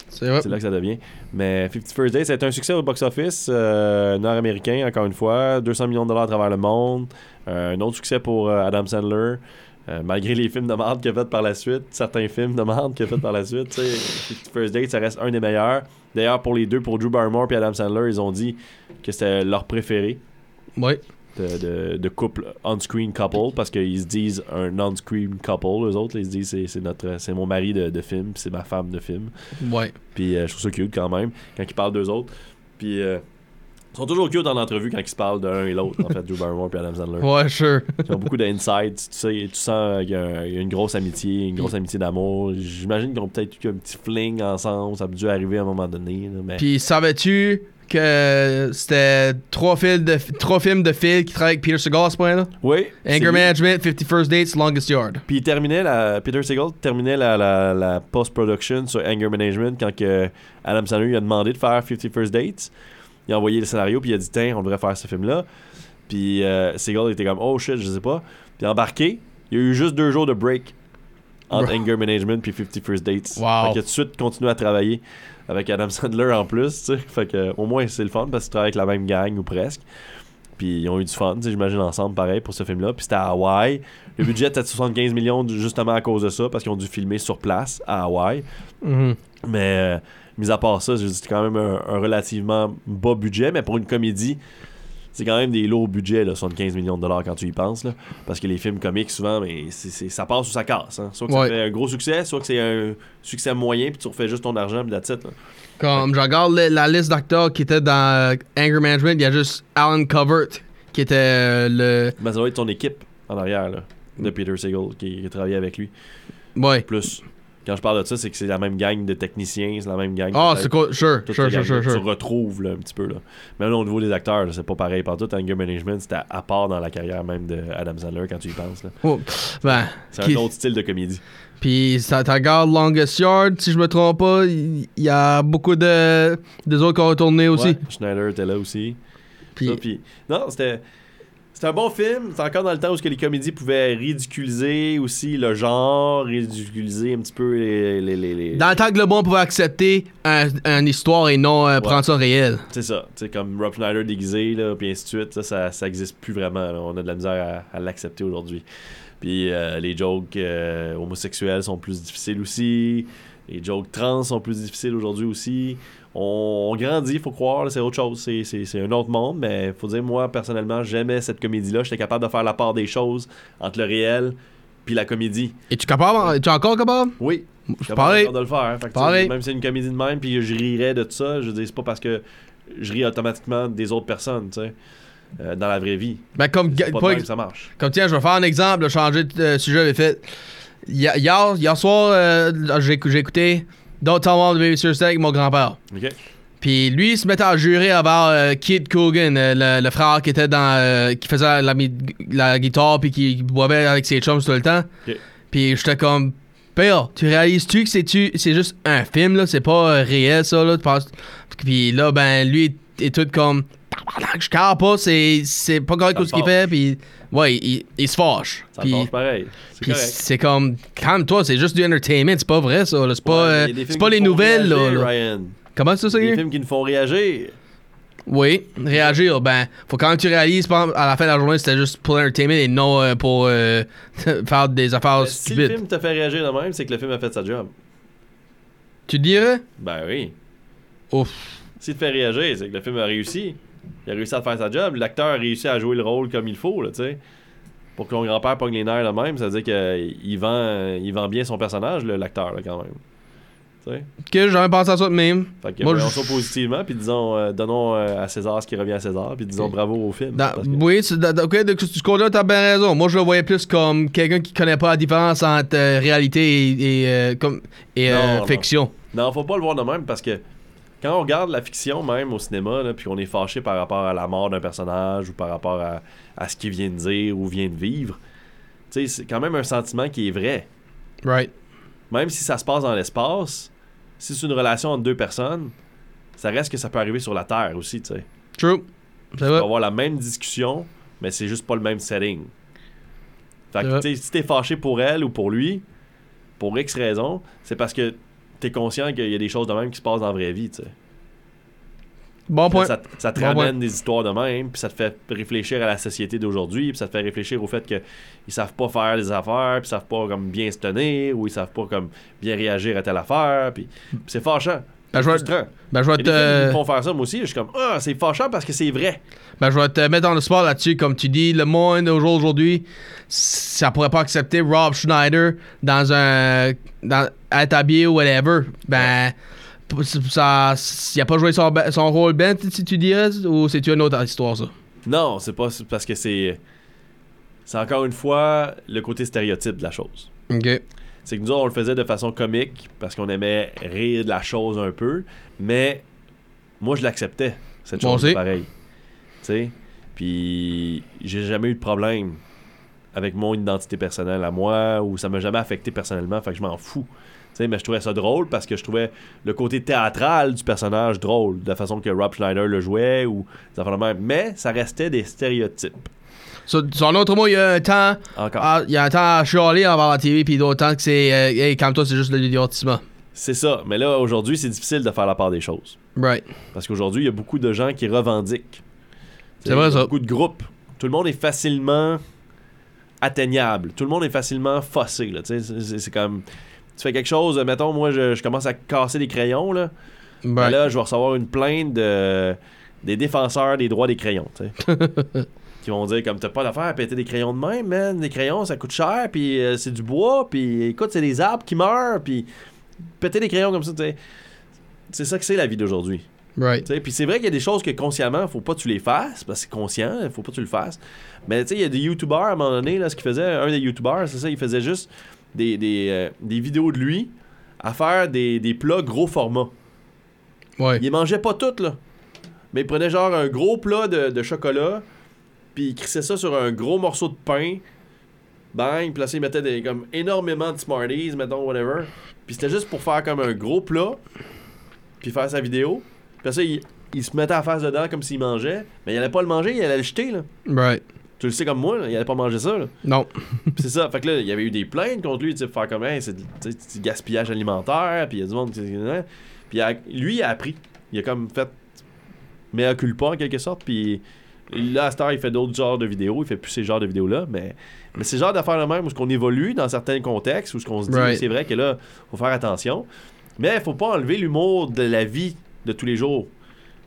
S1: C'est vrai.
S2: C'est là que ça devient. Mais 50 First Dates, ça a été un succès au box-office euh, nord-américain, encore une fois. 200 millions de dollars à travers le monde. Euh, un autre succès pour euh, Adam Sandler. Euh, malgré les films de merde qu'il a fait par la suite, certains films de merde qu'il a fait par la suite, tu sais, 50 First Dates, ça reste un des meilleurs. D'ailleurs, pour les deux, pour Drew Barrymore et Adam Sandler, ils ont dit que c'était leur préféré
S1: Ouais.
S2: de, de- de couple on-screen couple parce qu'ils se disent un on-screen couple, eux autres. là, Ils se disent c'est- c'est notre- c'est mon mari de, de film, puis c'est ma femme de film.
S1: Ouais.
S2: Puis euh, je trouve ça cute quand même, quand ils parlent d'eux autres. Puis euh, ils sont toujours cute en entrevue quand ils se parlent de l'un et l'autre, en fait, Drew Barrymore et Adam Sandler.
S1: Ouais, sure.
S2: Ils ont beaucoup d'insights, tu sais, tu sens euh, qu'il y, a un- il y a une grosse amitié, une grosse amitié d'amour. J'imagine qu'ils ont peut-être eu un petit fling ensemble, ça a dû arriver à un moment donné. là, mais...
S1: Puis savais-tu que c'était trois, fils de, trois films de Phil qui travaillent avec Peter Segal à ce point-là?
S2: Oui. c'est
S1: Anger
S2: lui.
S1: Management, 51st Dates, Longest Yard.
S2: Puis il terminait la, Peter Segal terminait la, la, la post-production sur Anger Management quand que Adam Sandler lui a demandé de faire 50 First Dates. Il a envoyé le scénario, puis il a dit Tiens, on devrait faire ce film-là. Puis euh, Segal était comme Oh shit, je sais pas. Puis embarqué, il y a eu juste deux jours de break entre
S1: Bro.
S2: Anger Management puis 50 First Dates.
S1: Wow.
S2: Fait qu'il a tout de suite continué à travailler avec Adam Sandler en plus. tu sais. Fait que au moins c'est le fun parce qu'il travaille avec la même gang ou presque. Puis ils ont eu du fun, tu sais, j'imagine, ensemble, pareil, pour ce film-là. Puis c'était à Hawaï. Le budget était de 75 millions du- justement à cause de ça, parce qu'ils ont dû filmer sur place à Hawaï. Mais euh, mis à part ça, je dis, c'est quand même un, un relativement bas budget, mais pour une comédie, c'est quand même des lourds budgets, là, 75 millions de dollars quand tu y penses. Là, parce que les films comiques, souvent, mais c'est- c'est- ça passe ou ça casse. hein. Soit que
S1: Ouais.
S2: ça fait un gros succès, soit que c'est un succès moyen, puis tu refais juste ton argent, puis la titre.
S1: Comme je regarde la, la liste d'acteurs qui étaient dans euh, Anger Management, il y a juste Alan Covert qui était euh, le.
S2: Mais ça doit être ton équipe en arrière là, de Peter Segal qui, qui travaillait avec lui.
S1: Ouais.
S2: Plus, quand je parle de ça, c'est que c'est la même gang de techniciens, c'est la même gang.
S1: Ah,
S2: peut-être.
S1: c'est quoi? Sure,
S2: Toute
S1: sure,
S2: la
S1: sure,
S2: gang
S1: sure,
S2: que
S1: sure.
S2: Tu retrouves là, un petit peu. Là. Même là, au niveau des acteurs, là, c'est pas pareil partout. Anger Management, c'était à, à part dans la carrière même de Adam Sandler quand tu y penses. là.
S1: Oh, pff, ben,
S2: C'est
S1: qui-
S2: un autre style de comédie.
S1: Puis ça tu regardes Longest Yard, si je me trompe pas, il il y a beaucoup de des autres qui ont retourné aussi.
S2: Ouais, Schneider était là aussi. Ça, puis- non, c'était. C'était un bon film. C'est encore dans le temps où ce que les comédies pouvaient ridiculiser aussi le genre, ridiculiser un petit peu les. les- les- les-
S1: Dans le temps que le bon pouvait accepter un- une histoire et non euh, prendre ça réel.
S2: C'est ça, tu sais, comme Rob Schneider déguisé, là, puis ainsi de suite, ça, ça, ça existe plus vraiment. là. On a de la misère à, à l'accepter aujourd'hui. Puis euh, les jokes euh, homosexuels sont plus difficiles aussi. Les jokes trans sont plus difficiles aujourd'hui aussi. On, on grandit, faut croire, là, c'est autre chose, c'est, c'est, c'est un autre monde, mais faut dire, moi, personnellement, j'aimais cette comédie-là. J'étais capable de faire la part des choses entre le réel puis la comédie.
S1: Es-tu capable? Es-tu encore capable?
S2: Oui. Je
S1: pareil.
S2: de le faire. hein. Fait que, tu sais,
S1: Pareil.
S2: Même si c'est une comédie de même, puis je rirais de tout ça, je dis c'est pas parce que je ris automatiquement des autres personnes, tu sais, euh, dans la vraie vie.
S1: Ben, comme,
S2: C'est pas
S1: pas-
S2: de même que ça marche.
S1: Comme tiens, je vais faire un exemple, là, changer de euh, sujet vite fait. Hi- Hier, hier soir, euh, j'ai écou- j'ai écouté Don't Tell Mom the Baby Sister avec mon grand-père.
S2: Ok.
S1: Puis lui, il se mettait à jurer avant euh, Kid Coogan, euh, le, le frère qui était dans. euh, qui faisait la, mi- la guitare puis qui boivait avec ses chums tout le temps.
S2: Ok.
S1: Puis j'étais comme. Père, tu réalises-tu que c'est tu- c'est juste un film, là? C'est pas euh, réel, ça, là? Tu penses- Puis là, ben, lui est- est tout comme. Tabarnak, Je carre pas, c'est c'est pas correct
S2: Ça
S1: ce qu'il
S2: fâche.
S1: fait, puis. Ouais, il, il se fâche.
S2: Ça
S1: Puis-
S2: marche pareil. C'est
S1: puis
S2: correct.
S1: c'est comme. Calme-toi, c'est juste du entertainment, c'est pas vrai, ça, là. C'est pas,
S2: Ouais, mais
S1: euh,
S2: il y a des
S1: c'est
S2: films
S1: pas
S2: qui
S1: les
S2: nous font
S1: nouvelles, là.
S2: réagir,
S1: là.
S2: Ryan.
S1: Comment ça, ça,
S2: Des
S1: Guy?
S2: films qui nous font réagir.
S1: Oui, réagir. Ben, faut quand même que tu réalises, par exemple, à la fin de la journée, c'était juste pour l'entertainment et non euh, pour euh, *laughs* faire des affaires
S2: Euh, Ben, Si le
S1: stupides.
S2: film te fait réagir de même, c'est que le film a fait sa job.
S1: Tu dirais?
S2: Ben oui.
S1: Ouf.
S2: S'il te fait réagir, c'est que le film a réussi. Il a réussi à faire sa job. L'acteur a réussi à jouer le rôle comme il faut, là, tu sais. Pour que mon grand-père pogne les nerfs de même, ça veut dire qu'il vend, il vend bien son personnage, là, l'acteur, là, quand même. Tu sais?
S1: Que j'aurais pensé à ça de même.
S2: Fait que
S1: Moi,
S2: voyons
S1: je-
S2: ça positivement, puis disons, euh, donnons euh, à César ce qui revient à César, puis disons bravo au film.
S1: Dans-
S2: Parce que-
S1: oui, c'est- dans- dans- ok, de ce côté-là, t'as bien raison. Moi, je le voyais plus comme quelqu'un qui connaît pas la différence entre euh, réalité et, et, euh, comme, et
S2: Non,
S1: euh,
S2: non.
S1: fiction.
S2: Non, faut pas le voir de même parce que quand on regarde la fiction même au cinéma, là, puis on est fâché par rapport à la mort d'un personnage ou par rapport à, à ce qu'il vient de dire ou vient de vivre, tu sais, c'est quand même un sentiment qui est vrai.
S1: Right.
S2: Même si ça se passe dans l'espace, si c'est une relation entre deux personnes, ça reste que ça peut arriver sur la Terre aussi, tu sais.
S1: True. C'est
S2: On
S1: vrai.
S2: va avoir la même discussion, mais c'est juste pas le même setting. Fait
S1: C'est vrai.
S2: que, tu sais, si t'es fâché pour elle ou pour lui, pour X raison, c'est parce que t'es conscient qu'il y a des choses de même qui se passent dans la vraie vie, tu sais.
S1: Bon point.
S2: Ça, ça te
S1: Bon
S2: ramène
S1: point.
S2: des histoires de même, puis ça te fait réfléchir à la société d'aujourd'hui, puis ça te fait réfléchir au fait que ils savent pas faire les affaires, puis ils savent pas comme bien se tenir, ou ils savent pas comme bien réagir à telle affaire, puis puis c'est fâchant.
S1: Ben, je vais-
S2: Frustrant.
S1: ben, je vais
S2: Il y a des
S1: te-
S2: films qui me font faire ça moi aussi, je suis comme ah c'est fâchant parce que c'est vrai.
S1: Ben, je vais te mettre dans le sport là-dessus. Comme tu dis, le monde au jour aujourd'hui, ça pourrait pas accepter Rob Schneider dans un. Dans, être habillé ou whatever. Ben. p- Ça, il a pas joué son, be- son rôle ben, si tu dirais, ou c'est-tu une autre histoire, ça?
S2: Non, c'est pas c'est parce que c'est c'est encore une fois le côté stéréotype de la chose.
S1: Ok.
S2: c'est que nous autres, on le faisait de façon comique parce qu'on aimait rire de la chose un peu, mais moi je l'acceptais cette
S1: Moi
S2: chose
S1: aussi.
S2: pareil. Tu sais, puis j'ai jamais eu de problème avec mon identité personnelle à moi ou ça m'a jamais affecté personnellement, fait que je m'en fous. Tu sais, mais je trouvais ça drôle parce que je trouvais le côté théâtral du personnage drôle, de la façon que Rob Schneider le jouait ou des affaires de même. Mais ça restait des stéréotypes.
S1: Sur, sur un autre mot, il y a un temps.
S2: Encore.
S1: à- Il y a un temps à chialer envers la TV, puis d'autres temps que c'est. euh, hey, calme-toi, c'est juste de l'idiotisme.
S2: C'est ça. Mais là, aujourd'hui, c'est difficile de faire la part des choses.
S1: Right.
S2: Parce qu'aujourd'hui, il y a beaucoup de gens qui revendiquent.
S1: C'est vrai,
S2: Il y a
S1: ça.
S2: Beaucoup de groupes. Tout le monde est facilement atteignable. Tout le monde est facilement fossé. là, tu sais. C'est- C'est c'est comme. Tu fais quelque chose, euh, mettons, moi, je, je commence à casser des crayons. Là,
S1: Right.
S2: Ben là je vais recevoir une plainte de. des défenseurs des droits des crayons, tu sais.
S1: *laughs*
S2: qui vont dire comme t'as pas d'affaire à péter des crayons de même, man. Des crayons, ça coûte cher, puis euh, c'est du bois, puis écoute, c'est des arbres qui meurent, puis péter des crayons comme ça, tu sais. C'est ça que c'est la vie d'aujourd'hui.
S1: Right.
S2: Tu sais, Puis c'est vrai qu'il y a des choses que consciemment, faut pas que tu les fasses, parce que c'est conscient, faut pas que tu le fasses. Mais tu sais, il y a des youtubeurs à un moment donné, là, ce qu'il faisait, un des youtubeurs, c'est ça, il faisait juste des, des, euh, des vidéos de lui à faire des, des plats gros format.
S1: Ouais.
S2: Il mangeait pas tout, là. Mais il prenait genre un gros plat de, de chocolat, puis il crissait ça sur un gros morceau de pain. Bang, puis là, ça, il mettait des, comme énormément de Smarties, mettons, whatever. Puis c'était juste pour faire comme un gros plat, puis faire sa vidéo. Puis ça, il, il se mettait à face dedans comme s'il mangeait. Mais il allait pas le manger, il allait le jeter, là.
S1: Right.
S2: Tu le sais comme moi, là, il allait pas manger ça, là.
S1: Non.
S2: Puis c'est ça. Fait que là, il y avait eu des plaintes contre lui, tu sais, pour faire comme, hey, c'est du tu sais, du gaspillage alimentaire, puis il y a du monde qui. hein. Puis il a- lui, il a appris. Il a comme fait. Mais culpa en quelque sorte, puis. Là, à cette heure, il fait d'autres genres de vidéos, il fait plus ces genres de vidéos-là, mais, mais c'est le genre d'affaires là même où ce qu'on évolue dans certains contextes, où ce qu'on se dit,
S1: Right.
S2: c'est vrai que là, faut faire attention. Mais faut pas enlever l'humour de la vie de tous les jours.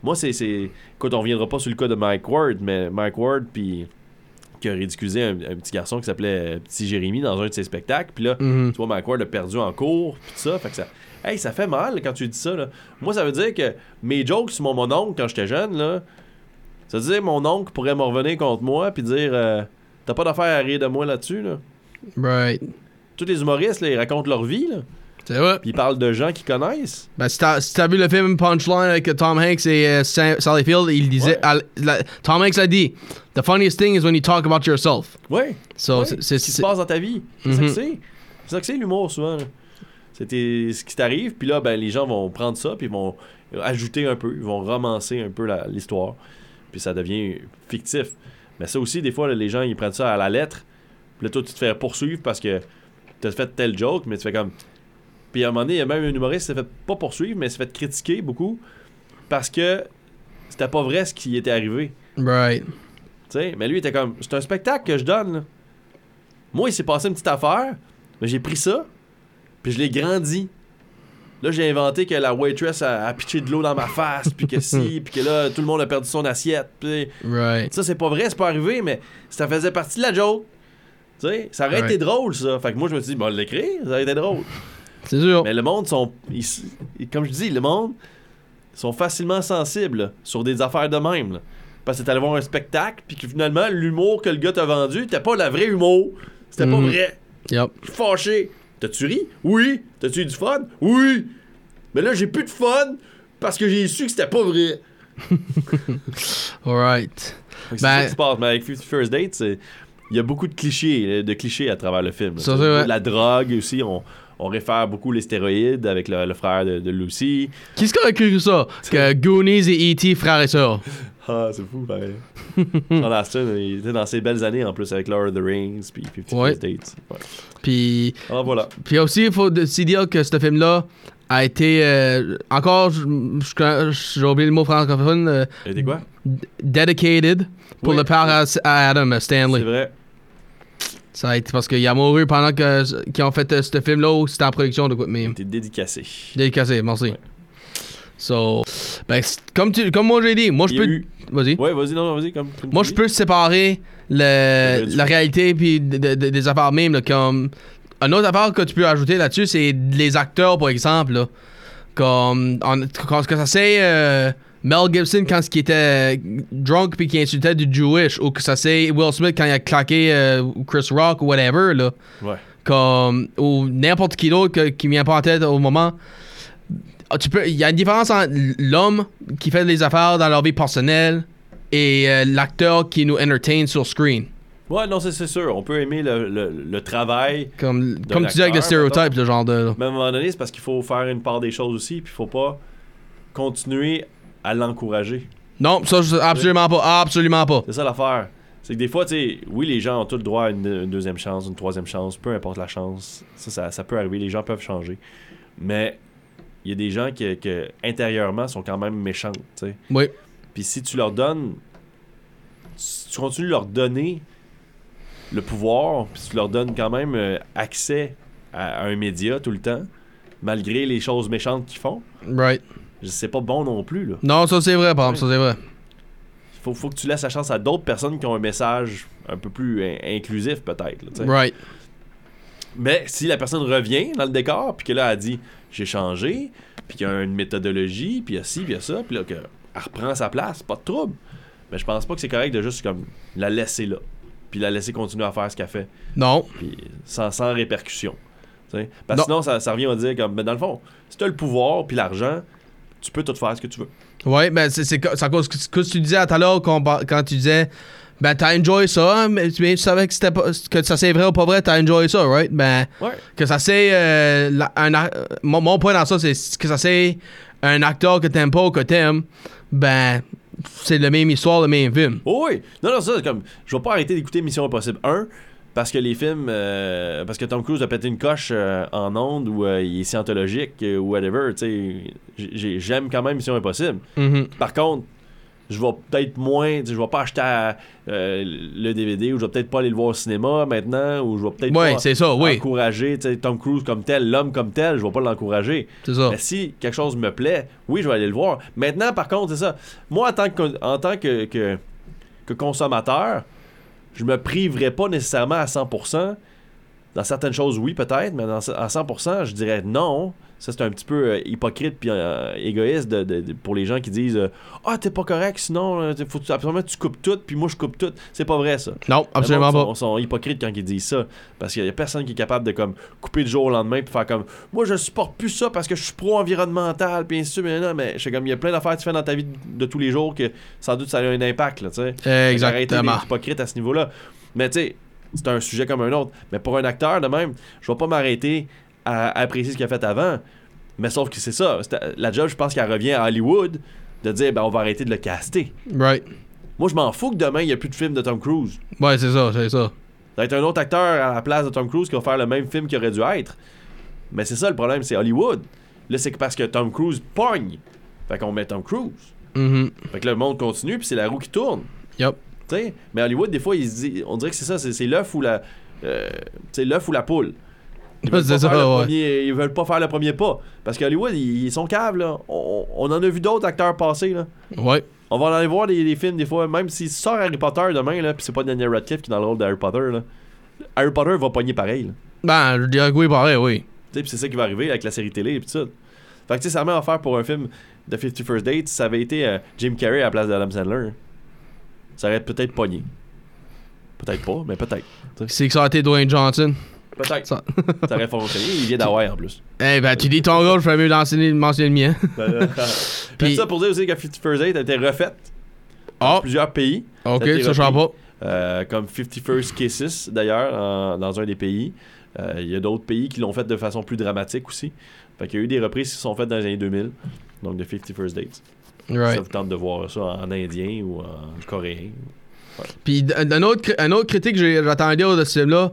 S2: Moi, c'est. c'est- Écoute, on reviendra pas sur le cas de Mike Ward, mais Mike Ward, puis. qui a ridiculisé un, un petit garçon qui s'appelait euh, Petit Jérémy dans un de ses spectacles. Puis là,
S1: Mhm.
S2: tu vois, Mike Ward a perdu en cours, puis tout ça. Fait que ça. Hey, ça fait mal quand tu dis ça, là. Moi, ça veut dire que mes jokes sur mon, mon oncle quand j'étais jeune, là. Ça veut dire que mon oncle pourrait me revenir contre moi, puis dire. euh, T'as pas d'affaire à rire de moi là-dessus, là.
S1: Right.
S2: Tous les humoristes, là, ils racontent leur vie, là.
S1: C'est vrai.
S2: Puis ils parlent de gens qu'ils connaissent.
S1: Ben, si t'as si t'as vu le film Punchline avec euh, Tom Hanks et euh, Sa- Sally Field, il disait. à l- la- Tom Hanks a dit The funniest thing is when you talk about yourself.
S2: Ouais.
S1: So,
S2: Ouais,
S1: c'est-
S2: ce
S1: c'est-
S2: qui se
S1: c'est-
S2: passe dans ta vie. C'est ça que
S1: Mhm.
S2: c'est. C'est ça que c'est l'humour souvent. là. C'est tes- ce qui t'arrive, puis là, ben, les gens vont prendre ça, puis ils vont ajouter un peu, ils vont romancer un peu la- l'histoire, puis ça devient fictif. Mais ça aussi, des fois, là, les gens, ils prennent ça à la lettre, puis là, toi, tu te fais poursuivre parce que t'as fait tel joke, mais tu fais comme. Puis à un moment donné, il y a même un humoriste qui s'est fait pas poursuivre, mais s'est fait critiquer beaucoup parce que c'était pas vrai ce qui était arrivé.
S1: Right.
S2: Tu sais, mais lui il était comme c'est un spectacle que je donne. là. Moi, il s'est passé une petite affaire, mais j'ai pris ça, puis je l'ai grandi. Là, j'ai inventé que la waitress a, a pitché de l'eau dans ma face, puis que si, puis que là, tout le monde a perdu son assiette. puis-
S1: Right.
S2: Ça, c'est pas vrai, c'est pas arrivé, mais ça faisait partie de la joke. Tu sais, ça aurait
S1: Ouais.
S2: été drôle, ça. Fait que moi, je me suis dit, bon, l'écrire, ça aurait été drôle.
S1: C'est sûr.
S2: Mais le monde sont. ils s- ils- comme je dis, le monde sont facilement sensibles là, sur des affaires de même. là. Parce que t'allais voir un spectacle, puis que finalement, l'humour que le gars t'a vendu, t'as pas la vraie humour. C'était
S1: Mhm.
S2: pas vrai.
S1: Yep.
S2: Je suis fâché. T'as-tu ri? Oui. T'as-tu eu du fun? Oui. Mais là, j'ai plus de fun parce que j'ai su que c'était pas vrai.
S1: Alright.
S2: Fait que C'est ça
S1: Ben,
S2: qui se passe. Mais avec Fifty First Date, c'est- il y a beaucoup de clichés, euh, de clichés à travers le film. là.
S1: Ça,
S2: Tu
S1: c'est
S2: sais,
S1: vrai.
S2: La drogue aussi, on, on réfère beaucoup les stéroïdes avec le, le frère de, de Lucy.
S1: qui est-ce qu'on a cru ça? Que Goonies et E.T. frères et sœurs.
S2: Ah, c'est fou,
S1: *laughs*
S2: pareil. Sean Astin, il était dans ses belles années en plus avec Lord of the Rings puis Fifty
S1: Ouais.
S2: First Dates. Ouais.
S1: Puis.
S2: Alors voilà.
S1: Puis aussi, il faut aussi dire que ce film-là a été. euh, encore, je- je connais- j'ai oublié le mot francophone. euh,
S2: Et t'es quoi?
S1: d- dedicated pour
S2: Oui.
S1: le part à, à Adam
S2: C'est
S1: Stanley.
S2: vrai.
S1: Ça a été parce qu'il a mouru pendant que- qu'ils ont fait euh, ce film-là où c'était en production de quoi de même.
S2: T'es dédicacé.
S1: Dédicacé, merci. So, ben, c'est- comme, tu, comme moi j'ai dit, moi je
S2: Il y a
S1: peux.
S2: eu-
S1: Vas-y.
S2: Ouais, vas-y, non, non, vas-y. Comme, comme
S1: Moi,
S2: tu
S1: je
S2: dis.
S1: peux séparer le,
S2: Le vrai du
S1: la réalité puis de- de- de- des affaires même. là, comme une autre affaire que tu peux ajouter là-dessus, c'est les acteurs, par exemple. là. Comme en- quand quand ça c'est euh, Mel Gibson quand il était euh, drunk puis qu'il insultait du Jewish, ou que ça c'est Will Smith quand il a claqué euh, Chris Rock ou whatever. Là
S2: Ouais.
S1: comme ou n'importe qui d'autre que- qui vient pas en tête au moment. Ah, Tu peux, il y a une différence entre l'homme qui fait les affaires dans leur vie personnelle et euh, l'acteur qui nous entertain sur screen.
S2: Ouais, non, c'est, c'est sûr. On peut aimer le, le, le travail.
S1: Comme,
S2: De
S1: comme tu dis avec le
S2: l'acteur, mettons.
S1: stéréotype, le genre de.
S2: Mais à un moment donné, c'est parce qu'il faut faire une part des choses aussi. Puis faut pas continuer à l'encourager.
S1: Non, ça, je- absolument pas. Absolument pas.
S2: C'est ça l'affaire. C'est que des fois, tu sais, oui, les gens ont tout le droit à une, une deuxième chance, une troisième chance, peu importe la chance. Ça, ça, ça peut arriver, les gens peuvent changer. Mais il y a des gens qui, que, intérieurement, sont quand même méchants, tu sais.
S1: Oui.
S2: Puis si tu leur donnes. Si tu continues de leur donner le pouvoir, puis tu leur donnes quand même euh, accès à, à un média tout le temps, malgré les choses méchantes qu'ils font,
S1: Right.
S2: c'est pas bon non plus, là.
S1: Non, ça c'est vrai, par exemple, ça c'est vrai.
S2: faut, faut que tu laisses la chance à d'autres personnes qui ont un message un peu plus in- inclusif, peut-être. là, tu sais.
S1: Right.
S2: Mais si la personne revient dans le décor, puis que là, elle dit j'ai changé, puis qu'il y a une méthodologie, puis il y a ci, puis il y a ça, puis là, qu'elle reprend sa place, pas de trouble. Mais je pense pas que c'est correct de juste comme la laisser là, puis la laisser continuer à faire ce qu'elle fait,
S1: Non.
S2: puis sans, sans répercussion. Tu sais. Parce que
S1: Non.
S2: sinon, ça, ça revient à dire comme, mais dans le fond, si t'as le pouvoir, puis l'argent, tu peux tout faire ce que tu veux.
S1: Ouais, ben c'est c'est co- c'est à cause que ce que tu disais tout à l'heure quand, quand tu disais ben t'as enjoy ça, mais tu, mais tu savais que c'était pas que ça c'est vrai ou pas vrai, t'as enjoy ça, right? Ben
S2: Ouais.
S1: que ça c'est euh, la- un ar- mon, mon point dans ça c'est que ça c'est un acteur que t'aimes pas ou que t'aimes, ben c'est la même histoire, le même film.
S2: *laughs* Oh oui! Non, non, ça, c'est comme. Je vais pas arrêter d'écouter Mission Impossible 1 parce que les films. euh, parce que Tom Cruise a pété une coche euh, en onde ou euh, il est scientologique euh, ou whatever. Tu sais, j'ai- j'aime quand même Mission Impossible.
S1: Mhm.
S2: Par contre, je vais peut-être moins. tu sais, Je vais pas acheter euh, le DVD ou je vais peut-être pas aller le voir au cinéma maintenant ou je vais peut-être
S1: Ouais,
S2: pas
S1: c'est ça, oui.
S2: encourager tu sais, Tom Cruise comme tel, l'homme comme tel. Je vais pas l'encourager.
S1: C'est ça.
S2: Mais si quelque chose me plaît, oui, je vais aller le voir. Maintenant, par contre, c'est ça. Moi, en tant que, en tant que, que, que consommateur, je me priverais pas nécessairement à 100%. Dans certaines choses, oui, peut-être, mais dans, à 100%, je dirais non. Ça, c'est un petit peu euh, hypocrite puis euh, égoïste de- de- de- pour les gens qui disent euh, Ah, t'es pas correct, sinon, euh, faut absolument que tu coupes tout, puis moi, je coupe tout. C'est pas vrai, ça.
S1: Non, absolument
S2: Le monde
S1: pas.
S2: sont, sont hypocrites quand ils disent ça. Parce qu'il y a personne qui est capable de comme couper du jour au lendemain puis faire comme Moi je supporte plus ça parce que je suis pro-environnemental puis ainsi de suite. Mais non, mais je sais comme il y a plein d'affaires que tu fais dans ta vie de, de tous les jours que sans doute ça a un impact, là, tu sais. Fait qu'arrêtez
S1: Exactement.
S2: d'être hypocrite à ce niveau-là. Mais tu sais, c'est un sujet comme un autre. Mais pour un acteur de même, je vais pas m'arrêter à, à apprécier ce qu'il a fait avant. Mais sauf que c'est ça. C'est- La job, je pense qu'elle revient à Hollywood de dire ben on va arrêter de le caster.
S1: Right.
S2: Moi je m'en fous que demain il y a plus de films de Tom Cruise.
S1: Ouais, c'est ça, c'est ça.
S2: Ça va être un autre acteur à la place de Tom Cruise qui va faire le même film qu'il aurait dû être. Mais c'est ça le problème, c'est Hollywood. Là, c'est que parce que Tom Cruise pogne. Fait qu'on met Tom Cruise.
S1: Mhm.
S2: Fait que là, le monde continue, puis c'est la roue qui tourne.
S1: Yup.
S2: Tu sais, mais Hollywood, des fois, ils se disent- on dirait que c'est ça, c'est c'est l'œuf ou la. euh, c'est l'œuf ou la poule. Ils veulent, pas
S1: C'est ça,
S2: faire le
S1: ouais.
S2: premier- ils veulent pas faire le premier pas. Parce que Hollywood, ils, ils sont caves, là. On, on en a vu d'autres acteurs passer, là.
S1: Ouais.
S2: On va en aller voir des, des films des fois, même s'il sort Harry Potter demain, là, pis c'est pas Daniel Radcliffe qui est dans le rôle d'Harry Potter, là. Harry Potter va pogner pareil, là.
S1: Ben, je dirais que oui, pareil, oui.
S2: Tu sais, pis c'est ça qui va arriver avec la série télé et tout ça. Fait que tu sais, ça la même affaire pour un film de 51st Date, ça avait été euh, Jim Carrey à la place d'Adam Sandler. Ça aurait peut-être pogné. Peut-être pas, mais peut-être.
S1: C'est que ça a été Dwayne Johnson.
S2: Peut-être. Ça,
S1: Ça- *laughs*
S2: aurait fonctionné. Il vient d'Hawaii en plus.
S1: Eh ben, tu dis ton rôle, je ferais mieux d'enseigner de mentionner le mien.
S2: *laughs* Puis
S1: Puis-
S2: ça pour dire aussi que 51st Date a été refaite dans
S1: Oh,
S2: plusieurs pays.
S1: ok,
S2: a été
S1: ça, je
S2: repris.
S1: sais pas.
S2: Euh, comme 51st Kisses, d'ailleurs, en- dans un des pays. Euh, Il y a d'autres pays qui l'ont fait de façon plus dramatique aussi. Fait qu'il y a eu des reprises qui se sont faites dans les années 2000, donc de 51st Dates.
S1: Right.
S2: Ça vous tente de voir ça en indien ou en coréen.
S1: Puis d- un autre, cri- un autre critique que j'ai- j'attendais de ce film-là,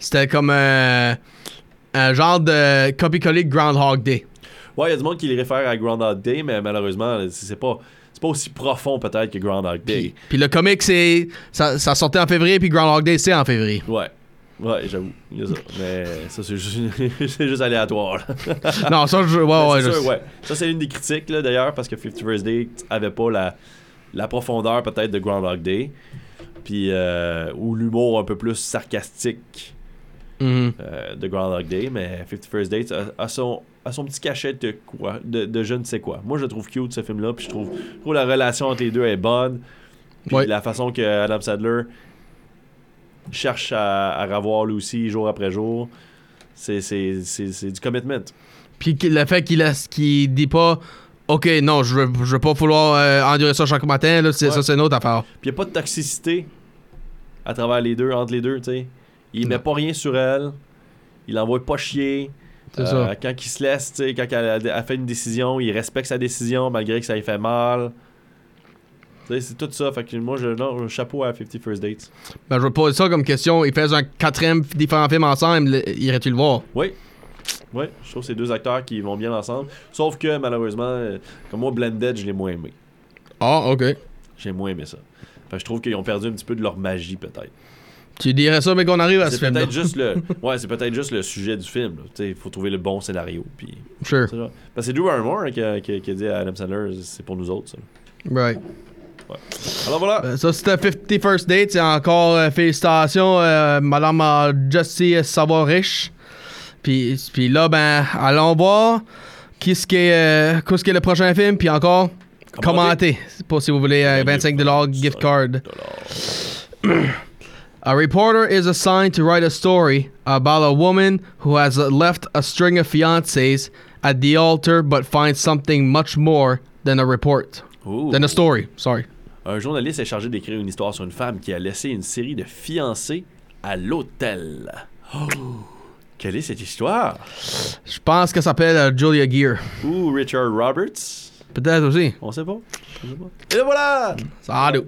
S1: c'était comme euh, un genre de copy-coller de Groundhog Day.
S2: Ouais, il y a du monde qui les réfère à Groundhog Day, mais malheureusement, c'est pas, c'est pas aussi profond peut-être que Groundhog Day.
S1: Puis le comic, c'est ça, ça sortait en février, puis Groundhog Day, c'est en
S2: *laughs*
S1: février.
S2: Ouais. Ouais, j'avoue. il y a ça. Mais ça, c'est juste, *laughs* c'est juste aléatoire. là.
S1: non, ça, je. Ouais, Ah ouais,
S2: Ben, C'est
S1: je-
S2: sûr, ouais. Ça, c'est une des critiques, là, d'ailleurs, parce que 50 First Day avait pas la, la profondeur, peut-être, de Groundhog Day. Puis, euh, ou l'humour un peu plus sarcastique
S1: Mhm.
S2: euh, de Groundhog Day. Mais 50 First Dates a, a son, a son petit cachet de quoi De, de je ne sais quoi. Moi, je le trouve cute, ce film-là. Puis, je trouve, je trouve la relation entre les deux est bonne. Puis,
S1: Ouais.
S2: la façon que Adam Sadler cherche à, à revoir lui aussi jour après jour, c'est- c'est c'est- c'est du commitment.
S1: Puis qui- le fait qu'il laisse- qu'il dit pas. Ok, non, je veux, je veux pas vouloir euh, endurer ça chaque matin, là, c'est-
S2: Ouais.
S1: ça c'est une autre affaire.
S2: Puis il a pas de toxicité à travers les deux, entre les deux, tu sais. Il met
S1: Non.
S2: pas rien sur elle. Il l'envoie pas chier.
S1: C'est
S2: Euh,
S1: ça.
S2: Quand il se laisse, tu sais, quand elle a, a fait une décision, il respecte sa décision malgré que ça lui fait mal. Tu sais, c'est tout ça. Fait que moi, je, non, chapeau à 50 First Dates.
S1: Ben, je vais poser ça comme question. Ils faisaient un quatrième f- différent film ensemble, le- irais-tu le voir?
S2: Oui. Oui, je trouve que c'est deux acteurs qui vont bien ensemble. Sauf que, malheureusement, euh, comme moi, Blended, je l'ai moins aimé.
S1: Ah, ok.
S2: J'ai moins aimé ça. Fait que je trouve qu'ils ont perdu un petit peu de leur magie, peut-être.
S1: Tu dirais ça, mais qu'on arrive à ce
S2: C'est
S1: film-là.
S2: peut-être juste le *laughs* ouais, c'est peut-être juste le sujet du film. Il faut trouver le bon scénario. Puis
S1: Sure.
S2: c'est ça. Parce que c'est Drew Barrymore hein, qui a, qui a- qui a dit à Adam Sandler, c'est pour nous autres. ça.
S1: Right.
S2: Alors voilà.
S1: ça, c'était 51st Date. C'est encore euh, félicitations, euh, Madame euh, Jessie Savoir-Riche. Puis, puis là, ben, allons voir qu'est-ce qui est, euh, qu'est-ce qui est le prochain film. Puis encore, commentez. Pour si vous voulez un 25$ gift card. *clears throat* A reporter is assigned to write a story about a woman who has left a string of fiancés at the altar but finds something much more than a report.
S2: Ooh.
S1: Than a story, sorry.
S2: Un journaliste est chargé d'écrire une histoire sur une femme qui a laissé une série de fiancés à l'hôtel. Oh, quelle est cette histoire?
S1: Je pense que ça s'appelle euh, Julia Gear.
S2: Ou Richard Roberts?
S1: Peut-être aussi.
S2: On sait pas. On sait pas. Et voilà!
S1: Ça a l'air.